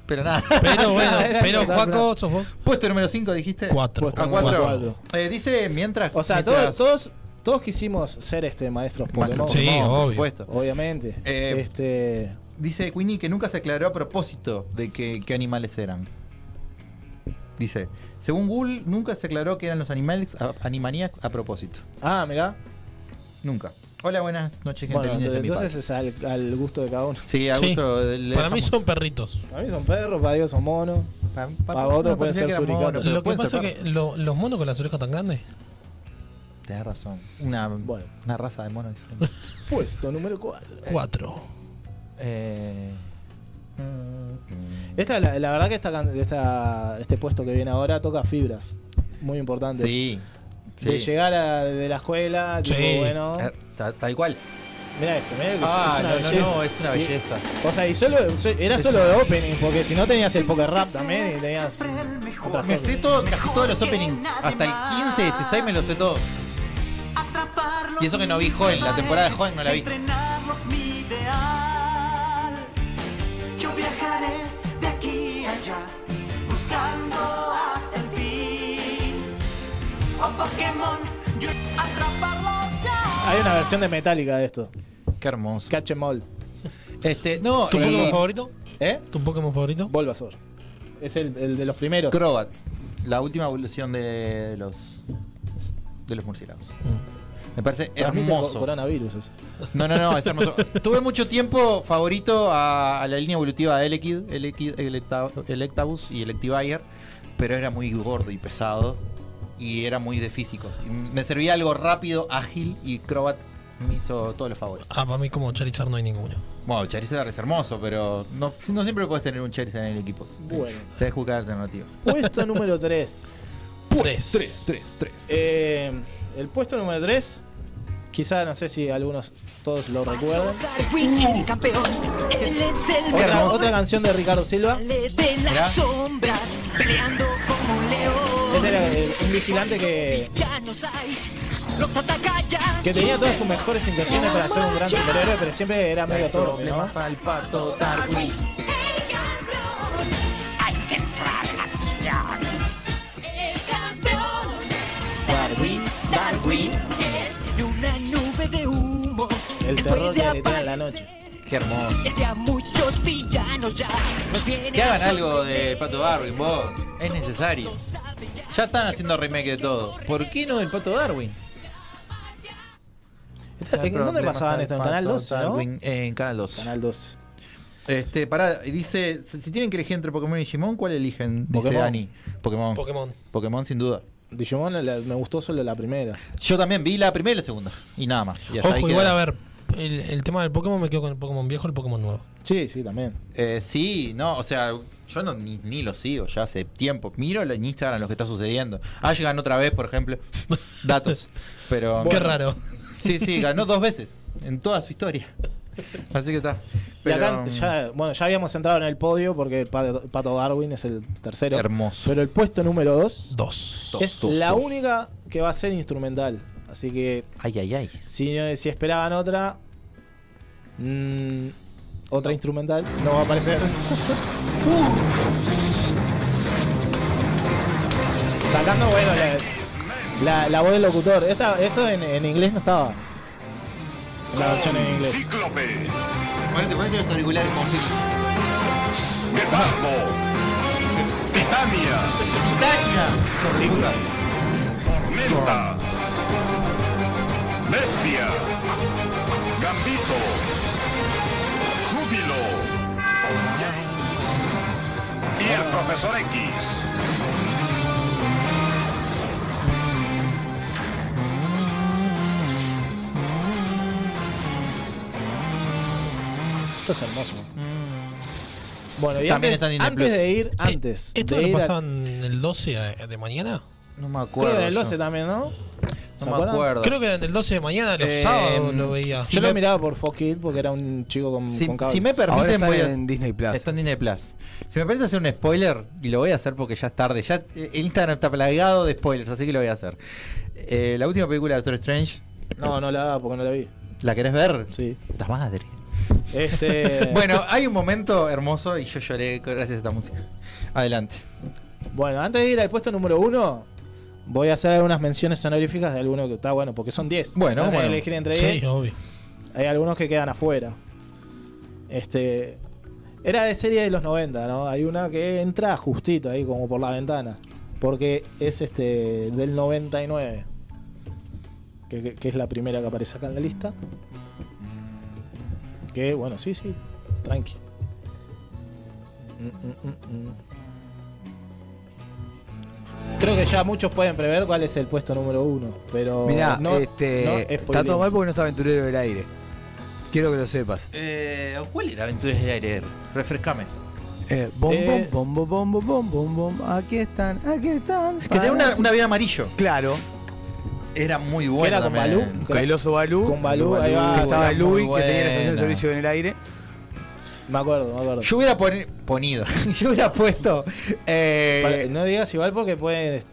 S2: Pero nada.
S3: Pero bueno,
S2: Nada, era
S3: pero
S2: espectacular.
S3: Juaco, sos vos.
S2: Puesto número 5, dijiste.
S3: Cuatro.
S2: A
S4: número
S2: 4. Eh, dice mientras.
S4: Ah, O sea,
S2: mientras-
S4: todos, todos, todos quisimos ser este maestros Pokémon.
S2: Sí,
S4: ¿no?
S2: obvio. por supuesto.
S4: Obviamente.
S2: Eh,
S4: este,
S2: Dice Queenie que nunca se aclaró a propósito de que- qué animales eran. Dice, según Google, nunca se aclaró que eran los animales, a- Animaniacs a propósito.
S4: ah, mirá.
S2: Nunca. Hola, buenas noches, gente
S4: Bueno,
S2: linda de mi
S4: entonces es al, al gusto de cada uno.
S2: Sí, al Sí. gusto del- del-
S3: Para mí son perritos.
S4: Para mí son perros, para Dios son monos. Para,
S2: vos
S4: otros
S2: me
S4: pueden
S2: parecía
S4: ser
S2: que eran monos,
S4: suricatos.
S2: pero
S3: Lo que
S2: pueden
S3: pasa
S2: ser Eh.
S3: es que lo- los monos con las orejas tan grandes.
S2: padre. Tenés razón. Una, una raza de mono diferente.
S4: Puesto número 4.
S3: Cuatro.
S2: Eh,
S4: Mm. Esta, la, la verdad que esta, can- esta- este puesto que viene ahora toca fibras muy importantes.
S2: sí.
S4: De
S2: sí.
S4: llegar a- de la escuela, tipo,
S2: Sí.
S4: bueno.
S2: Eh, ta- tal cual.
S4: Mira esto, mira que
S2: Ah,
S4: es,
S2: no, no,
S4: una belleza.
S2: no, es una
S4: Y-
S2: belleza.
S4: o sea, y solo, so- era solo de opening, porque si no tenías el poker rap también y tenías. otras
S2: Me
S4: cosas.
S2: sé todo, casi todos los openings. Hasta el 15, 16 me los sé todos. Y eso que no vi Joven, la temporada de Joven no la vi.
S1: Entrenarlos mi ideal. Yo viajaré de aquí a allá, buscando hasta el fin. A un Pokémon, yo atraparlos ya.
S4: Hay una versión de Metallica de esto.
S2: Qué hermoso.
S4: Catch em all.
S2: Este, no,
S3: ¿Tu
S4: eh,
S3: Pokémon favorito?
S4: ¿Eh?
S3: ¿Tu Pokémon favorito?
S4: Bulbasaur. Es el, el de los primeros.
S2: Crobat, la última evolución de los de los murciélagos.
S3: Mm.
S2: Me parece
S4: Transmite co-
S2: hermoso.
S4: coronavirus. eso.
S2: No, no, no, es hermoso. Tuve mucho tiempo favorito a, a la línea evolutiva de Elekid, Elekid- Electa- Electabuzz y Electivire, pero era muy gordo y pesado y era muy de físicos. Y me servía algo rápido, ágil y Crobat me hizo todos los favores.
S3: Ah, para mí como Charizard no hay ninguno.
S2: Bueno, Charizard es hermoso, pero no, no siempre puedes tener un Charizard en el equipo.
S4: Bueno.
S2: Te que buscar alternativas.
S4: Puesto número 3.
S3: Tres.
S2: Pues, Tres, tres, tres.
S4: Eh, el puesto número 3. Quizá no sé si algunos todos lo recuerdan.
S1: Darwin, el campeón, él es el
S4: Uh. Otra,
S1: mejor.
S4: otra canción de Ricardo Silva.
S1: Sale de las
S4: Mirá.
S1: sombras, peleando como un león.
S4: Este era el- un vigilante que,
S1: Ya nos hay, los ataca ya.
S4: que tenía todas sus mejores intenciones para ser un gran superhéroe, pero siempre era medio torpe, ¿no?
S2: al pato Darwin.
S1: Hay que entrar en acción. El campeón. Darwin, Darwin es de una nube de humo.
S4: El
S1: que
S4: terror
S1: puede
S4: que le trae a la noche.
S2: Qué hermoso.
S1: aparecerse a muchos villanos ya. Nos viene
S2: Que
S1: a
S2: hagan algo de Pato Darwin, vos. Es necesario. Ya están haciendo remake de todo. ¿Por qué no del Pato Darwin?
S4: ¿En dónde pasaban esto? En Canal 12, ¿no?
S2: en Canal 2.
S4: Canal 2.
S2: Este, pará, dice, si si tienen que elegir entre Pokémon y Digimon, ¿cuál eligen? Dice
S4: Pokémon.
S2: Dani. Pokémon.
S3: Pokémon.
S2: Pokémon sin duda.
S4: Digimon la- me gustó solo la primera.
S2: Yo también vi la primera y la segunda. Y nada más. Y hasta ahí
S3: Ojo, igual
S2: queda.
S3: a ver, el, el tema del Pokémon me quedo con el Pokémon viejo y el Pokémon nuevo.
S4: Sí, sí, también.
S2: Eh, sí, no, o sea, yo no, ni, ni lo sigo ya hace tiempo. Miro en Instagram lo que está sucediendo. Ash ganó otra vez, por ejemplo. Datos. Pero.
S3: Qué raro.
S2: Sí, sí, ganó dos veces en toda su historia. Así que está. Pero, mm,
S4: y acá ya, bueno, ya habíamos entrado en el podio porque Pato, Pato Darwin es el tercero.
S2: Hermoso.
S4: Pero el puesto número 2
S3: Dos.
S4: es
S2: Dos,
S4: la
S2: dos.
S4: única que va a ser instrumental. Así que
S2: Ay, ay, ay.
S4: si, si esperaban otra, mm, otra instrumental no va a aparecer. Uh. Sacando, bueno, la, la- la voz del locutor. Esta, esto en, en inglés no estaba. En la versión en inglés.
S10: Cíclope.
S2: Ponete, ponete los auriculares como si.
S10: Metarbo. Titania.
S4: Titania.
S10: Tormenta. Bestia. Gambito. Júbilo. Y el profesor X.
S4: Esto es hermoso. Mm. Bueno, y
S2: También
S4: antes,
S2: están en Disney
S4: antes
S2: Plus. Eh,
S4: de ir, antes
S3: Eh, ¿Esto
S4: de
S3: lo
S4: ir a-
S3: pasaban el 12 a- de mañana?
S2: No me
S4: creo
S2: acuerdo.
S4: que en el
S2: yo.
S4: 12 también, ¿no? ¿Se
S2: me
S4: acuerdan?
S2: acuerdo.
S3: Creo que era el 12 de mañana, los
S2: Eh,
S3: sábados lo veía.
S4: Yo lo miraba por Fox Kids porque era un chico con,
S2: Si,
S4: con cable.
S2: si me permiten, voy a-
S6: Disney Plus.
S2: Está en Disney Plus. Si me permiten hacer un spoiler, y lo voy a hacer porque ya es tarde. Ya eh, el Instagram está plagado de spoilers, así que lo voy a hacer. Eh, la última película de Doctor Strange,
S4: No, no la daba porque no la vi.
S2: ¿la querés ver?
S4: Sí.
S2: Puta madre.
S4: Este,
S2: Bueno, hay un momento hermoso y yo lloré gracias a esta música. Adelante.
S4: bueno, antes de ir al puesto número uno, voy a hacer unas menciones honoríficas de algunos que está bueno, porque son 10.
S2: Bueno,
S4: Vas a
S2: bueno.
S4: elegir entre
S3: Sí,
S4: 10.
S3: obvio.
S4: Hay algunos que quedan afuera. Este. Era de serie de los 90, ¿no? Hay una que entra justito ahí, como por la ventana. Porque es este. del 99. que, que- que es la primera que aparece acá en la lista. Que bueno, sí, sí, tranqui. Mm, mm, mm, mm. Creo que ya muchos pueden prever cuál es el puesto número uno, pero
S6: Mirá,
S4: no,
S6: este,
S4: no
S6: está todo
S4: spoileemos.
S6: mal porque no está aventurero del aire. Quiero que lo sepas.
S2: Eh, ¿Cuál era Aventuras del Aire? Refrescame.
S6: Eh, bom,
S2: Eh,
S6: bom, bom, bom, bom, bom, bom, bom, bom. Aquí están, aquí están.
S2: Que tenía una, una vida amarillo.
S6: Claro.
S2: Era muy buena. también.
S6: Con el oso Balú.
S2: Con Balú, ahí va,
S6: Que estaba
S2: era
S6: Luis,
S2: muy
S6: que tenía la estación
S2: buena.
S6: de servicio en el aire.
S4: Me acuerdo, me acuerdo.
S2: Yo hubiera poni- ponido. Yo hubiera puesto. eh,
S4: Para- no digas igual porque puede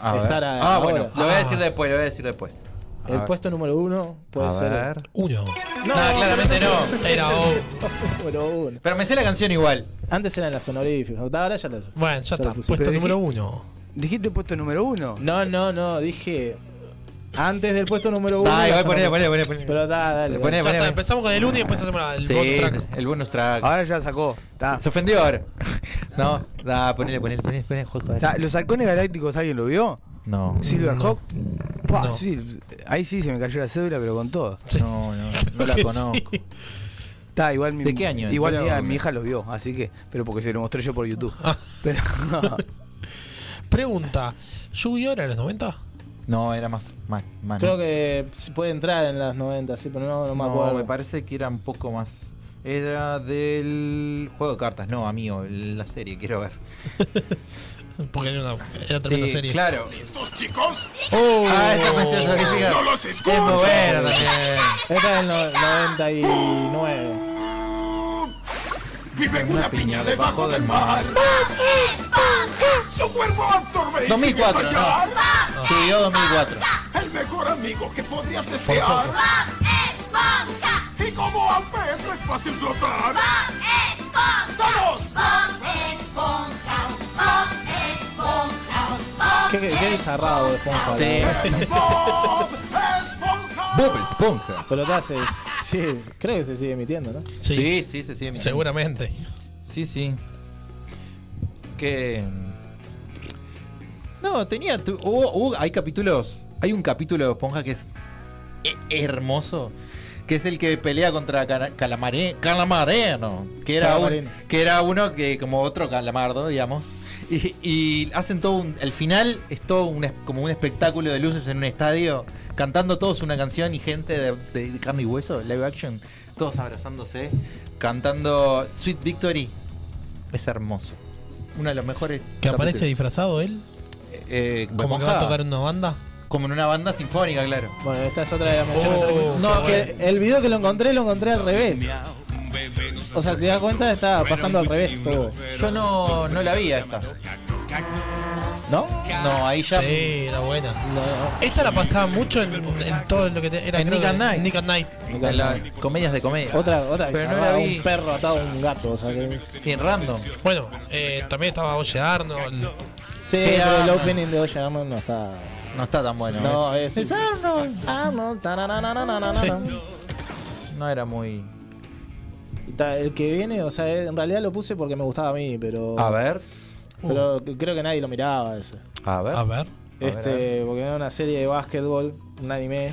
S2: a ver.
S4: estar a-
S2: Ah,
S4: ahora.
S2: bueno. Lo voy a decir después, lo voy a decir después.
S4: El puesto número uno puede
S2: A
S4: ser.
S2: ver.
S3: Uno.
S4: No,
S2: claramente no.
S3: Era
S4: número uno.
S2: Pero me sé la canción igual.
S4: Antes eran las sonoríficas. Ahora ya las.
S3: Bueno, ya
S4: las
S3: está.
S4: pusiste.
S3: Puesto
S4: Pero
S3: número
S4: dije-
S3: uno.
S6: ¿Dijiste puesto número uno?
S4: No, no, no. Dije. Antes del puesto número uno.
S2: Da,
S4: las
S2: igual ponele,
S4: sonoríficas.
S2: ponele, ponele.
S4: Pero da, dale.
S2: Poné,
S4: dale.
S2: poné, poné.
S3: Empezamos con el uno y después hacemos la- el
S2: Eh, Sí,
S3: bonus track.
S2: el bonus track.
S6: Ahora ya sacó. Ta.
S2: Se ofendió ahora. No, da, ponele, ponele, ponele, ponele juego.
S6: Ta, ¿Los halcones galácticos alguien lo vio?
S2: No.
S6: ¿Silverhawk? Pua,
S2: No.
S6: sí, ahí sí se me cayó la cédula, pero con todo.
S2: No, no, no la conozco.
S6: Ta, igual mi,
S2: ¿De qué año?
S6: Igual
S2: ¿Cuál
S6: mi,
S2: era? Ah.
S6: mi hija los vio, así que. Pero porque se lo mostré yo por YouTube. Pero.
S3: Pregunta: ¿Yu-Gi-Oh era de los 90?
S2: No, era más. más, más
S4: Creo que sí puede entrar en las 90, sí, pero no, no me acuerdo.
S2: me parece que era un poco más. Era del juego de cartas, no, amigo, la serie, quiero ver.
S3: Porque era una era tremenda
S2: Sí,
S3: serie.
S2: claro.
S17: ¿Listos, chicos?
S3: Oh.
S2: Ah, esa cuestión sacrifica.
S17: ¡No los
S2: Es
S17: escucho!
S2: muy buena también.
S4: Esta es del no- 99.
S17: Vive en una piña debajo del mar. Su cuerpo absorbe y
S2: 2004,
S17: sigue
S2: no.
S17: estallar.
S2: Subió 2004.
S17: El mejor amigo que podrías desear. Y como a pez no es fácil flotar. ¡Todos!
S4: Qué, qué, qué desarrado de Esponja.
S2: Sí. Bob Esponja.
S4: Pero acá se, sí, creo que se sigue emitiendo, ¿no?
S2: Sí, sí, sí, se sigue emitiendo.
S3: Seguramente.
S2: Sí, sí. Que. No, tenía. tu- hubo- hubo- hay capítulos. Hay un capítulo de Esponja que es he- hermoso. Que es el que pelea contra Cara- Calamare, Calamareno. Que era, un,
S4: Calamareno.
S2: que era uno que, como otro calamardo, digamos. Y, y hacen todo un. Al final es todo un es- como un espectáculo de luces en un estadio. Cantando todos una canción y gente de, de- de carne y hueso, live action. Todos abrazándose. Cantando Sweet Victory. Es hermoso. Uno de los mejores.
S3: ¿Que aparece
S2: capítulos.
S3: disfrazado él?
S2: Eh,
S3: ¿Como que va a
S2: Esponja.
S3: tocar en una banda?
S2: Como en una banda sinfónica, claro.
S4: Bueno, esta es otra de las menciones.
S3: Oh,
S4: no,
S3: qué
S4: que el video que lo encontré, lo encontré al revés. O sea, si te das cuenta, está pasando al revés todo.
S2: Yo no, no la vi a esta.
S4: ¿No?
S2: No, ahí ya.
S3: Sí, era buena. Esta la pasaba mucho en, en todo lo que te- era
S2: En
S3: creo
S2: Nick and
S3: que-
S2: Knife.
S3: Nick and Knife.
S2: En las comedias de comedia.
S4: Otra, otra que
S2: Pero no
S4: zarraba,
S2: la vi.
S4: un perro atado a un gato, o sea que...
S2: Sí, en random.
S3: Bueno, eh, también estaba Oye Arnold.
S4: Sí,
S3: Hey,
S4: pero el
S3: Arnold.
S4: opening de Oye Arnold no está...
S2: No está tan bueno.
S4: No,
S2: es-
S4: es... Es Arnold, Arnold, tarananananana.
S18: eh.
S2: No era muy.
S4: Y ta- El que viene, o sea, en realidad lo puse porque me gustaba a mí,
S18: Oh.
S4: pero...
S2: A ver.
S4: Pero creo que nadie lo miraba ese.
S2: A ver.
S3: A ver.
S4: Este,
S2: a ver.
S4: porque era una serie de básquetbol, un anime.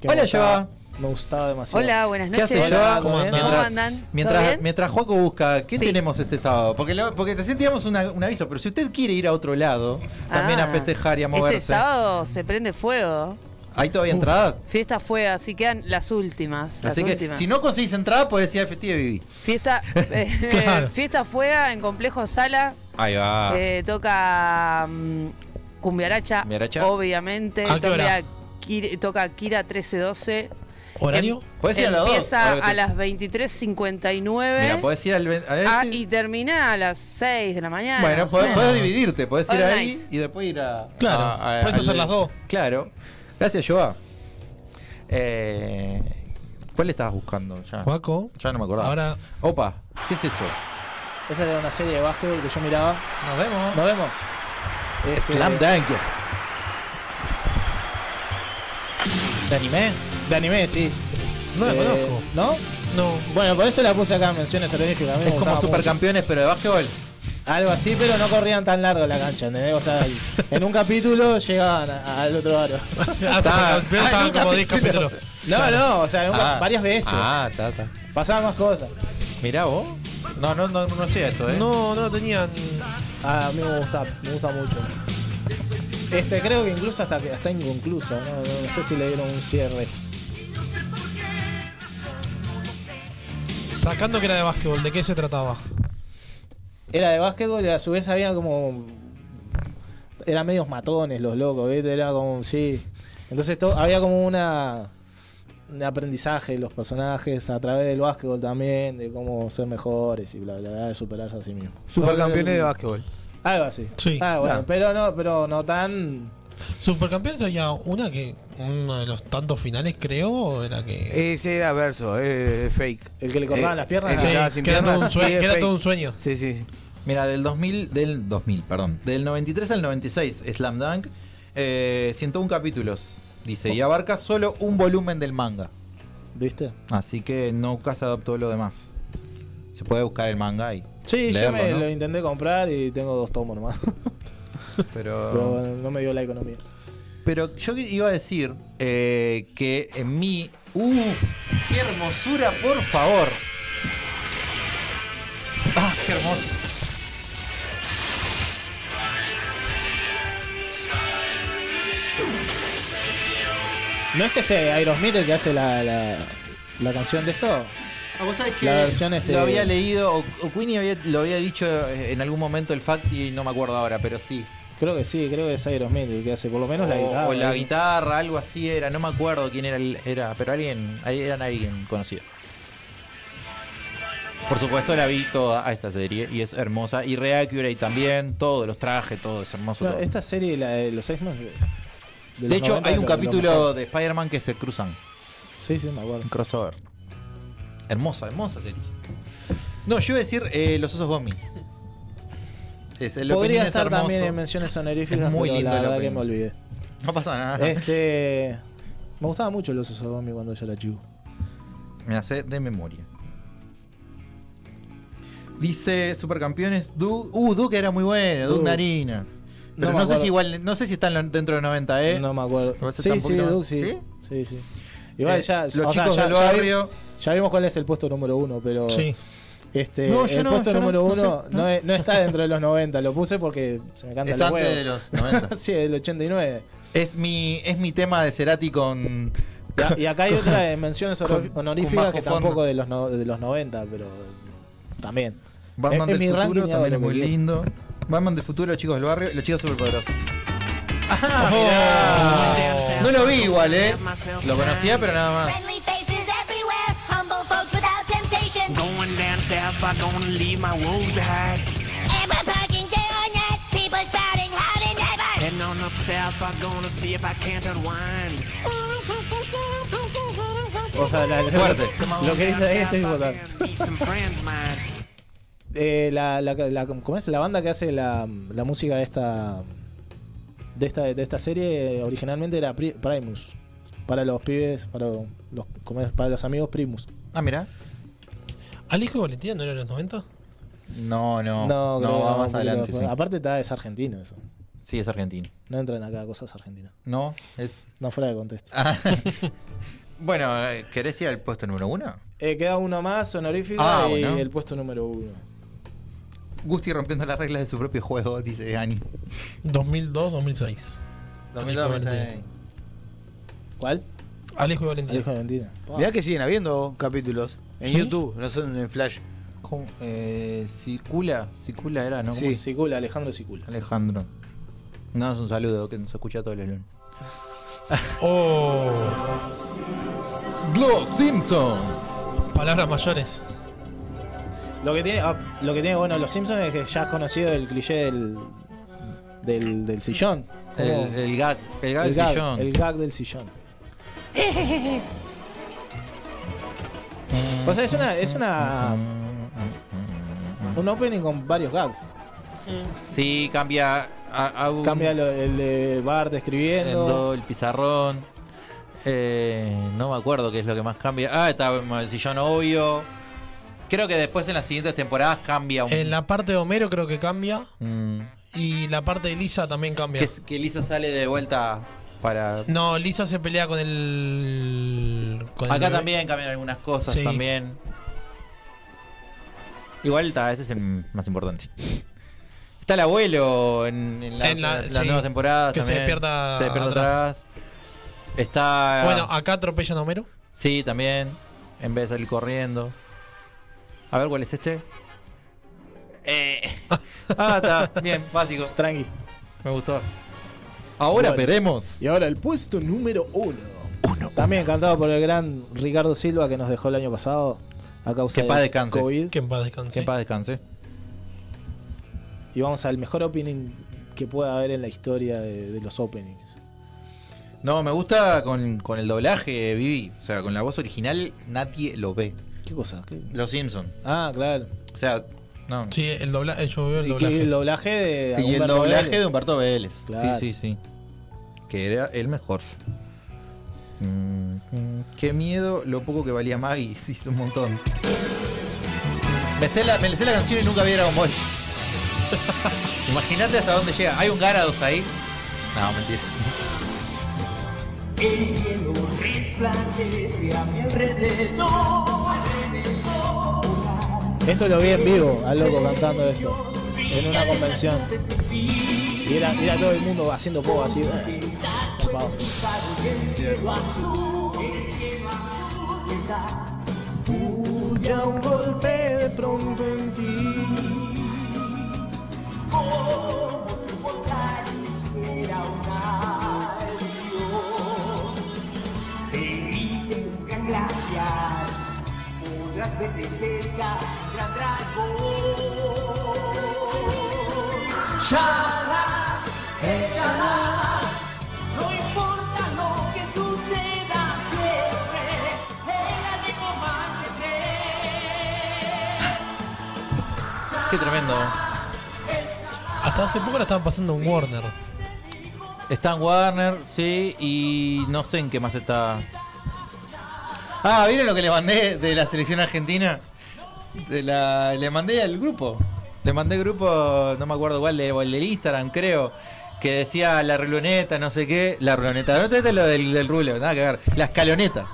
S4: que
S2: Hola,
S4: me gustaba-
S2: Joa.
S4: Me gustaba demasiado.
S18: Hola, buenas
S2: ¿Qué hace
S18: noches.
S2: Joa?
S4: ¿Cómo andan?
S2: Mientras,
S18: ¿eh? ¿Cómo andan? ¿Todo
S2: Mientras,
S18: bien?
S2: mientras Joaco busca, ¿qué
S18: Sí.
S2: tenemos este sábado? Porque, lo- porque recién teníamos una- un aviso, pero si usted quiere ir a otro lado, también
S18: Ah,
S2: a festejar y a moverse.
S18: Este sábado se prende fuego.
S2: ¿Hay todavía entradas?
S18: Fiesta fue, así quedan las últimas. las
S2: Así que
S18: últimas.
S2: si no conseguís entradas, podés ir al festival de Viví.
S18: Fiesta, eh,
S2: Claro. Ah.
S18: fiesta fuega en Complejo Sala.
S2: Ahí va.
S18: eh, toca mm, Cumbiaracha,
S2: Cumbiaracha.
S18: obviamente.
S2: ¿A qué hora?
S18: Toca Kira, toca Kira 1312.
S2: ¿Horario?
S18: Em-
S2: Podés ir a las dos,
S18: Empieza
S2: ahora que
S18: a
S2: te-
S18: las 23.59.
S2: Mira, podés ir al. ve- a
S18: Ah,
S2: ese-
S18: y termina a las 6 de la mañana.
S2: Bueno,
S18: más o
S2: podés,
S18: menos.
S2: podés dividirte, podés ir
S18: All
S2: ahí
S18: night.
S2: y después ir a.
S3: Claro,
S2: a- a-
S3: podés hacer
S2: al-
S3: las dos.
S2: Claro. Gracias, Joa. Eh, ¿Cuál estabas buscando ya?
S3: Juaco.
S2: Ya no me acordaba.
S3: Ahora-
S2: Opa, ¿qué es eso?
S4: Esa era una serie de básquetbol que yo miraba.
S2: Nos vemos.
S4: Nos vemos. Este,
S2: Slam Dunk. ¿De anime?
S4: De anime, sí.
S3: No la
S4: Eh,
S3: conozco.
S4: ¿No?
S3: No.
S4: Bueno, por eso la puse acá en menciones honoríficas. a mí me
S2: Es como
S4: gustaba mucho.
S2: supercampeones, pero de básquetbol.
S4: Algo así, pero no corrían tan largo la cancha, ¿entendés? O sea, y- en un capítulo llegaban a- al otro aro.
S3: Ah, pero estaban como 10 capítulos.
S4: No,
S2: Claro.
S4: no, o sea, en un-
S2: Ah.
S4: varias veces.
S2: Ah, está, está.
S4: Pasaban más cosas.
S2: Mirá vos. No, no, no, no hacía esto, ¿eh?
S4: no lo tenían. Ah, a mí me gusta, me gusta mucho. Este, creo que incluso hasta que está inconclusa, ¿no? No- no sé si le dieron un cierre.
S3: Sacando que era de básquetbol, ¿de qué se trataba?
S4: Era de básquetbol y a su vez había como. Eran medios matones los locos, ¿viste? Era como. Sí. Entonces to- había como una. Un aprendizaje de los personajes a través del básquetbol también, de cómo ser mejores y bla, bla, bla, de superarse a sí mismo.
S6: Supercampeones de básquetbol.
S4: Algo así.
S3: Sí.
S4: Ah, bueno,
S3: Ah.
S4: pero no, pero no tan.
S3: Supercampeones había una que. Uno de los tantos finales, creo, era que.
S6: Ese era verso, eh, fake.
S4: El que le
S6: cortaban las piernas. Sí, que era todo un sue- que era todo un sueño. Sí, sí, sí.
S2: Mira, del 2000, del 2000, perdón. Del 93 al 96, Slam Dunk, eh, 101 capítulos, dice, y abarca solo un volumen del manga.
S4: ¿Viste?
S2: Así que nunca se adoptó lo demás. Se puede buscar el manga y
S4: Sí,
S2: leerlo,
S4: yo me
S2: ¿no?
S4: lo intenté comprar y tengo dos tomos nomás.
S2: Pero...
S4: Pero bueno, no me dio la economía.
S2: Pero yo iba a decir eh, que en mí. ¡Uf! ¡Qué hermosura, por favor! ¡Ah, qué hermoso!
S4: ¿No es este Aerosmith el que hace la, la, la canción de esto?
S2: Ah, ¿Vos sabés que
S4: La versión, este-
S2: lo había leído, o, o Queenie había- lo había dicho eh, en algún momento el fact y no me acuerdo ahora, pero sí.
S4: Creo que sí, creo que es Aerosmith el que hace por lo menos la
S2: O-
S4: guitarra.
S2: O la
S4: ¿eh?
S2: guitarra, algo así era, no me acuerdo quién era, el- era pero alguien, ahí eran alguien conocido. Por supuesto la vi toda a esta serie y es hermosa. Y Reaccurate también, todos los trajes, todo es hermoso.
S4: No,
S2: todo.
S4: esta serie, la de los X-Men.
S2: De, hecho, hay un capítulo de Spider-Man que se cruzan.
S4: Sí, sí, me acuerdo.
S2: Un crossover. Hermosa, hermosa serie. No, yo iba a decir eh, Los Osos Gommi. Es, el opening
S4: Podría
S2: es
S4: estar
S2: hermoso.
S4: también en menciones honoríficas,
S2: Es muy
S4: pero
S2: lindo
S4: la
S2: el
S4: verdad que
S2: opening.
S4: me olvidé.
S2: No pasa nada.
S4: Este. Me gustaba mucho los Osodomi cuando yo era chico.
S2: Me hace de memoria. Dice Supercampeones Duke. Uh, Duke era muy bueno, Duke
S4: Duke.
S2: Narinas.
S4: No
S2: Pero no,
S4: me
S2: sé
S4: acuerdo.
S2: si igual, no sé si están dentro de 90, ¿eh?
S4: No me acuerdo.
S2: Parece que
S4: Sí,
S2: está un
S4: sí,
S2: poquito
S4: Duke,
S2: más-
S4: sí.
S2: ¿Sí?
S4: Sí, sí. Igual
S2: Eh,
S4: ya.
S2: los
S4: o sea,
S2: chicos
S4: ya-
S2: del
S4: ya vi-
S2: barrio.
S4: Ya vimos cuál es el puesto número uno, pero.
S2: Sí.
S4: Este,
S2: No, yo
S4: el
S2: no,
S4: puesto
S2: yo no,
S4: número
S2: no
S4: uno no,
S2: sé, no.
S4: es- no está dentro de los 90. Lo puse porque se me canta
S2: Es
S4: los
S2: antes
S4: huevos.
S2: de los 90.
S4: sí, del 89.
S2: Es mi, es mi tema de Cerati con.
S4: Y, a- y acá hay
S2: con-
S4: otra de menciones honor-
S2: con- con
S4: honoríficas
S2: bajo
S4: que
S2: fondo.
S4: tampoco de los, no- de los 90, pero también.
S2: Batman
S4: En- en
S2: del
S4: Eh, mi
S2: futuro
S4: ranking hago
S2: también
S4: lo
S2: es
S4: que
S2: muy
S4: quiero.
S2: lindo. Batman del futuro, chicos del barrio, y los chicos superpoderosos.
S1: Oh.
S2: No lo vi igual, ¿eh? Lo conocía, pero nada más.
S1: Friendly faces everywhere, humble folks without temptation. Going down south, I'm gonna leave my woes behind. And we're parking on yet, people spouting how they never. Heading on up south, I'm gonna see if I can't unwind.
S4: O sea, la-
S1: Fuerte.
S4: lo que dice ahí está importante.
S1: Meet some friends, man.
S4: Eh, la, la, la- ¿cómo es? La banda que hace la, la música de esta, de esta de esta serie eh, originalmente era Pri- Primus. Para los pibes, para los, ¿cómo es? para los amigos Primus.
S2: Ah, mira.
S3: ¿Alico y Valentina no era de los 90?
S2: No, no.
S4: No,
S2: No,
S4: creo que
S2: va
S4: no,
S2: más
S4: porque
S2: adelante.
S4: lo-
S2: sí.
S4: Aparte está, es argentino eso.
S2: Sí, es argentino.
S4: No entran acá cosas argentinas.
S2: No, es.
S4: No fuera de contexto.
S2: Ah. bueno, eh, ¿querés ir al puesto número uno?
S4: Eh, queda uno más, honorífico,
S2: Ah,
S4: y
S2: bueno.
S4: el puesto número uno.
S2: Gusti rompiendo las reglas de su propio juego, dice Ani.
S3: 2002, 2006.
S4: ¿Cuál?
S3: Alejo y Valentina.
S4: Alejo y Valentina.
S6: Mirá que siguen habiendo capítulos en
S2: ¿Sí?
S6: YouTube, no son en Flash.
S2: Eh, Cicula, Cicula era, ¿no? ¿Cómo
S4: Sí,
S2: es?
S4: Sicula, Alejandro Sicula.
S2: Alejandro. No, es un saludo que nos escucha todos los lunes.
S3: Oh.
S2: Los Simpsons.
S3: Palabras mayores.
S4: Lo que tiene, ah, lo que tiene bueno los Simpsons es que ya has conocido el cliché del, del, del sillón.
S2: El,
S4: Como-
S2: el gag, el gag del sillón.
S4: el gag del sillón. O sea, es una, es una un opening con varios gags.
S2: Sí, cambia. a- a un-
S4: Cambia lo- el de Bart escribiendo.
S2: Uh. el pizarrón. Eh, no me acuerdo qué es lo que más cambia. Ah, está el sillón obvio. Creo que después en las siguientes temporadas cambia un
S3: En la parte de Homero creo que cambia.
S2: Mm.
S3: Y la parte de Lisa también cambia.
S2: que, que Lisa sale de vuelta para.
S3: No, Lisa se pelea con el. con el
S2: Acá
S3: bebé.
S2: también cambian algunas cosas
S3: Sí.
S2: también. Igual está, ese es el más importante. Está el abuelo en, en la,
S3: En la-
S2: las
S3: sí,
S2: nuevas temporadas
S3: que se
S2: también.
S3: despierta
S2: Se despierta
S3: atrás.
S2: atrás. Está.
S3: Bueno, acá atropellan a Homero.
S2: Sí, también. En vez de salir corriendo. A ver, ¿cuál es este? Eh. ah, está. Bien, básico.
S4: Tranqui.
S2: Me gustó. Ahora
S4: Igual.
S2: veremos.
S4: Y ahora el puesto número uno. También encantado por el gran Ricardo Silva que nos dejó el año pasado a causa
S2: Que en paz
S4: del
S2: descanse.
S4: COVID.
S3: Que en paz descanse.
S2: Que en paz descanse.
S4: Y vamos al mejor opening que pueda haber en la historia de, de los openings.
S2: No, me gusta con, con el doblaje, Vivi. O sea, con la voz original nadie lo ve.
S4: ¿Qué cosa? ¿Qué?
S2: Los Simpsons.
S4: Ah, claro.
S2: O sea, no.
S3: Sí, el doblaje. Yo veo el
S4: Y que
S3: doblaje.
S4: el doblaje de.
S2: Y el
S4: Humberto
S2: doblaje
S4: Vélez.
S2: de Humberto Vélez.
S4: Claro.
S2: Sí, sí, sí. Que era el mejor. Mm, mm, qué miedo lo poco que valía Maggie. Sí, un montón. Me sé la, me sé la canción y nunca vi Dragon Ball. Imagínate hasta dónde llega. Hay un Garados ahí. No, mentira.
S1: El cielo resplandece a mi alrededor.
S4: Esto lo vi en vivo, al loco cantando esto. En una convención. Y era, era todo el mundo haciendo pop así. eh, chapado.
S1: Ya un golpe de pronto en ti. Como si volcán hiciera una erupción. Te un gran glaciar, podrás ver de cerca un gran dragón. Shará, es Shará, no importa lo que suceda siempre, ella dijo
S2: Qué tremendo.
S3: Hasta hace poco la estaban pasando en Warner.
S2: Está en Warner, sí, y no sé en qué más está. Ah, ¿vieron lo que le mandé de la selección argentina? De la, le mandé al grupo. Le mandé grupo, no me acuerdo cuál, de- o el del Instagram, creo. Que decía la ruloneta, no sé qué. La ruloneta, no sé qué es lo del, del rulo, nada que ver. La escaloneta.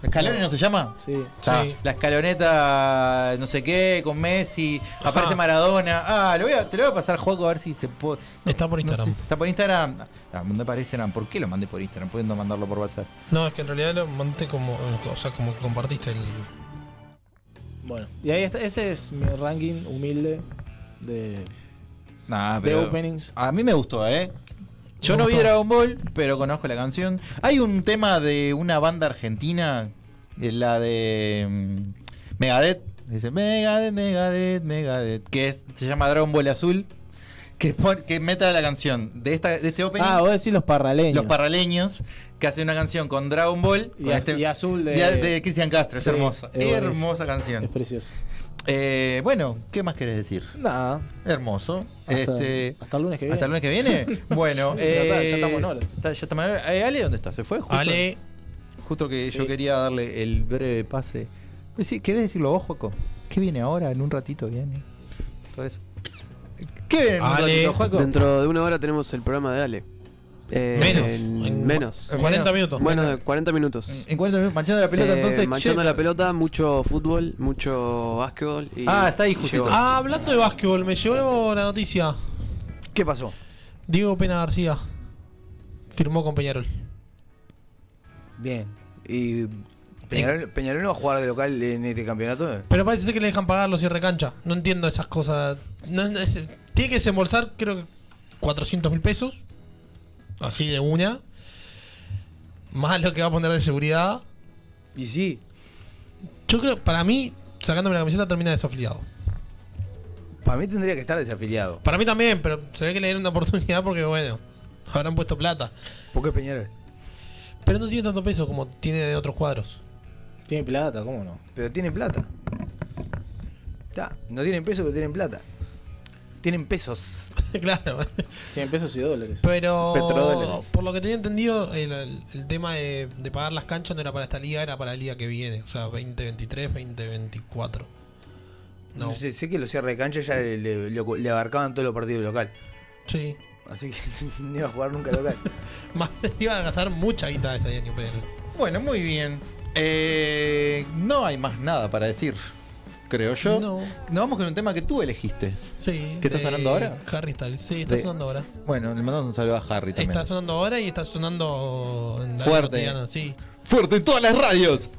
S2: ¿La escaloneta no se llama?
S4: Sí.
S2: Está,
S3: Sí.
S2: La escaloneta, no sé qué, con Messi. Aparece Maradona. Ah, lo voy a- te lo voy a pasar, Juaco, a ver si se puede.
S3: Está por
S2: No
S3: Instagram.
S2: sé, está por Instagram. Ah, mandé para Instagram. ¿Por qué lo mandé por Instagram? Pudiendo mandarlo por WhatsApp.
S3: No, es que en realidad lo monté como. O sea, como que compartiste el.
S4: Bueno, y ahí está, ese es mi ranking humilde de.
S2: Nah,
S4: De
S2: pero
S4: openings.
S2: A mí me gustó, ¿eh? Yo
S4: Me
S2: no vi
S4: gustó.
S2: Dragon Ball, pero conozco la canción. Hay un tema de una banda argentina, eh, la de mm, Megadeth. Dice Megadeth, Megadeth, Megadeth. Que es- se llama Dragon Ball Azul. Que, pon- que meta la canción de, esta, de este opening.
S4: Ah, vos decís los parraleños.
S2: Los parraleños que hacen una canción con Dragon Ball
S4: Y
S2: con
S4: az- este y azul de-
S2: de, de Cristian Castro. Es
S4: Sí,
S2: hermosa.
S4: es buenísimo.
S2: hermosa canción.
S4: Es precioso.
S2: Eh, bueno, ¿qué más querés decir?
S4: Nada.
S2: Hermoso.
S4: Hasta-
S2: este,
S4: hasta el lunes que viene.
S2: ¿Hasta el lunes que viene? bueno,
S4: Ya está,
S2: eh,
S4: ya estamos en hora.
S2: está- ya estamos en hora. Eh, Ale, ¿dónde está? ¿Se fue? Justo,
S3: Ale.
S2: Justo que
S4: Sí.
S2: yo quería darle el breve pase. Eh, sí, ¿Querés decirlo vos, Juaco? ¿Qué viene ahora? En un ratito viene. Todo eso. ¿Qué viene en un ratito, Juaco?
S5: Dentro de una hora tenemos el programa de Ale. Eh,
S2: Menos.
S5: en-
S2: En-
S5: menos.
S2: en 40 minutos.
S5: Bueno, de 40 minutos.
S2: En 40 minutos, manchando la pelota,
S5: Eh,
S2: entonces.
S5: Manchando
S2: che,
S5: la pelota, mucho fútbol, mucho básquetbol. Y
S2: Ah, está ahí justito.
S5: llegó.
S3: Ah, hablando de básquetbol, me llegó la noticia.
S6: ¿Qué pasó?
S3: Diego Pena García firmó con Peñarol.
S6: Bien. ¿Y Peñarol, Peñarol no va a jugar de local en este campeonato?
S3: Pero parece ser que le dejan pagar los cierre de cancha. No entiendo esas cosas. No- no es- tiene que desembolsar, creo que 400 mil pesos. Así de una. Más lo que va a poner de seguridad.
S6: Y sí.
S3: Yo creo, para mí, sacándome la camiseta termina desafiliado.
S6: Para mí tendría que estar desafiliado.
S3: Para mí también, pero se ve que le dieron una oportunidad porque, bueno, habrán puesto plata.
S6: ¿Por qué Peñarol?
S3: Pero no tiene tanto peso como tiene de otros cuadros.
S4: Tiene plata, ¿cómo no?
S6: Pero tienen plata. Está. No tienen peso, pero tienen plata. Tienen pesos.
S3: claro.
S4: Tienen pesos y dólares.
S3: Pero
S6: Petrodólares.
S3: por lo que tenía entendido, el, el- el tema de, de pagar las canchas no era para esta liga, era para la liga que viene. O sea, 2023, 2024.
S6: No. sé, sé que los cierres de cancha ya le, le- le- le abarcaban todos los partidos local.
S3: Sí.
S6: Así que no iba a jugar nunca local.
S3: Más iban a gastar mucha guita de estadio que
S2: Bueno, muy bien. Eh, no hay más nada para decir, creo yo.
S3: No.
S2: Nos vamos con un tema que tú elegiste.
S3: Sí.
S2: ¿Qué está
S3: de
S2: sonando ahora?
S3: Harry Styles. Sí, está
S2: De-
S3: sonando ahora.
S2: Bueno, le mandamos un saludo a Harry también.
S3: Está sonando ahora y está sonando en la
S2: Fuerte.
S3: cotidiana, Sí.
S2: Fuerte en todas las radios.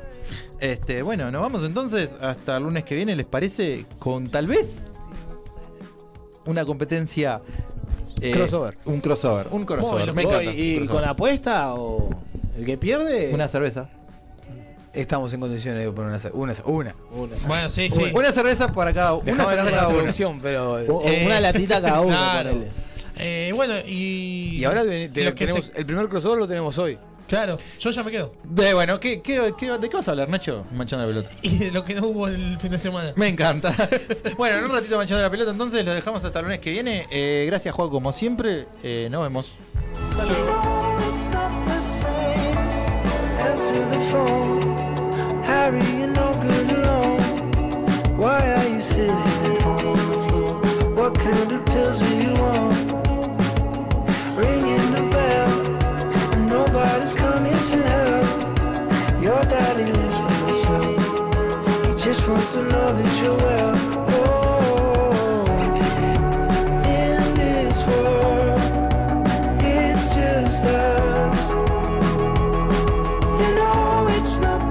S2: Este, bueno, nos vamos entonces hasta el lunes que viene, ¿les parece? Con tal vez una competencia. eh,
S6: Crossover.
S2: Un crossover. Un crossover.
S6: Voy,
S2: me
S6: voy,
S2: encanta.
S6: y
S2: Crossover.
S6: con la-
S4: ¿Apuesta o el que pierde?
S2: Una cerveza.
S6: Estamos en condiciones de poner una. ce- Una. ce- una.
S3: Bueno, sí,
S6: Una.
S3: sí.
S2: Una cerveza para cada uno.
S6: Dejaba
S2: cerveza
S6: de
S2: cada
S6: la
S2: uno.
S6: producción, pero.
S3: Eh,
S6: claro.
S3: claro. Eh, bueno, y.
S6: Y ahora viene- te-
S3: los que
S6: tenemos,
S3: se-
S6: el primer crossover lo tenemos hoy.
S3: Claro, yo ya me quedo.
S2: De, bueno, ¿qué, qué, qué- de qué vas a hablar, Nacho? Manchando la pelota.
S3: Y de lo que no hubo el fin de semana.
S2: Me encanta. bueno, en un ratito manchando la pelota, entonces lo dejamos hasta el lunes que viene. Eh, gracias, Juan, como siempre. Eh, nos vemos.
S10: It's not the same. Answer the phone. Harry, you're no good alone. Why are you sitting at home on the floor? What kind of pills are you on? Ringing the bell, and nobody's coming to help. Your daddy lives by himself. He just wants to know that you're well. Oh, in this world. It's just us. You know it's not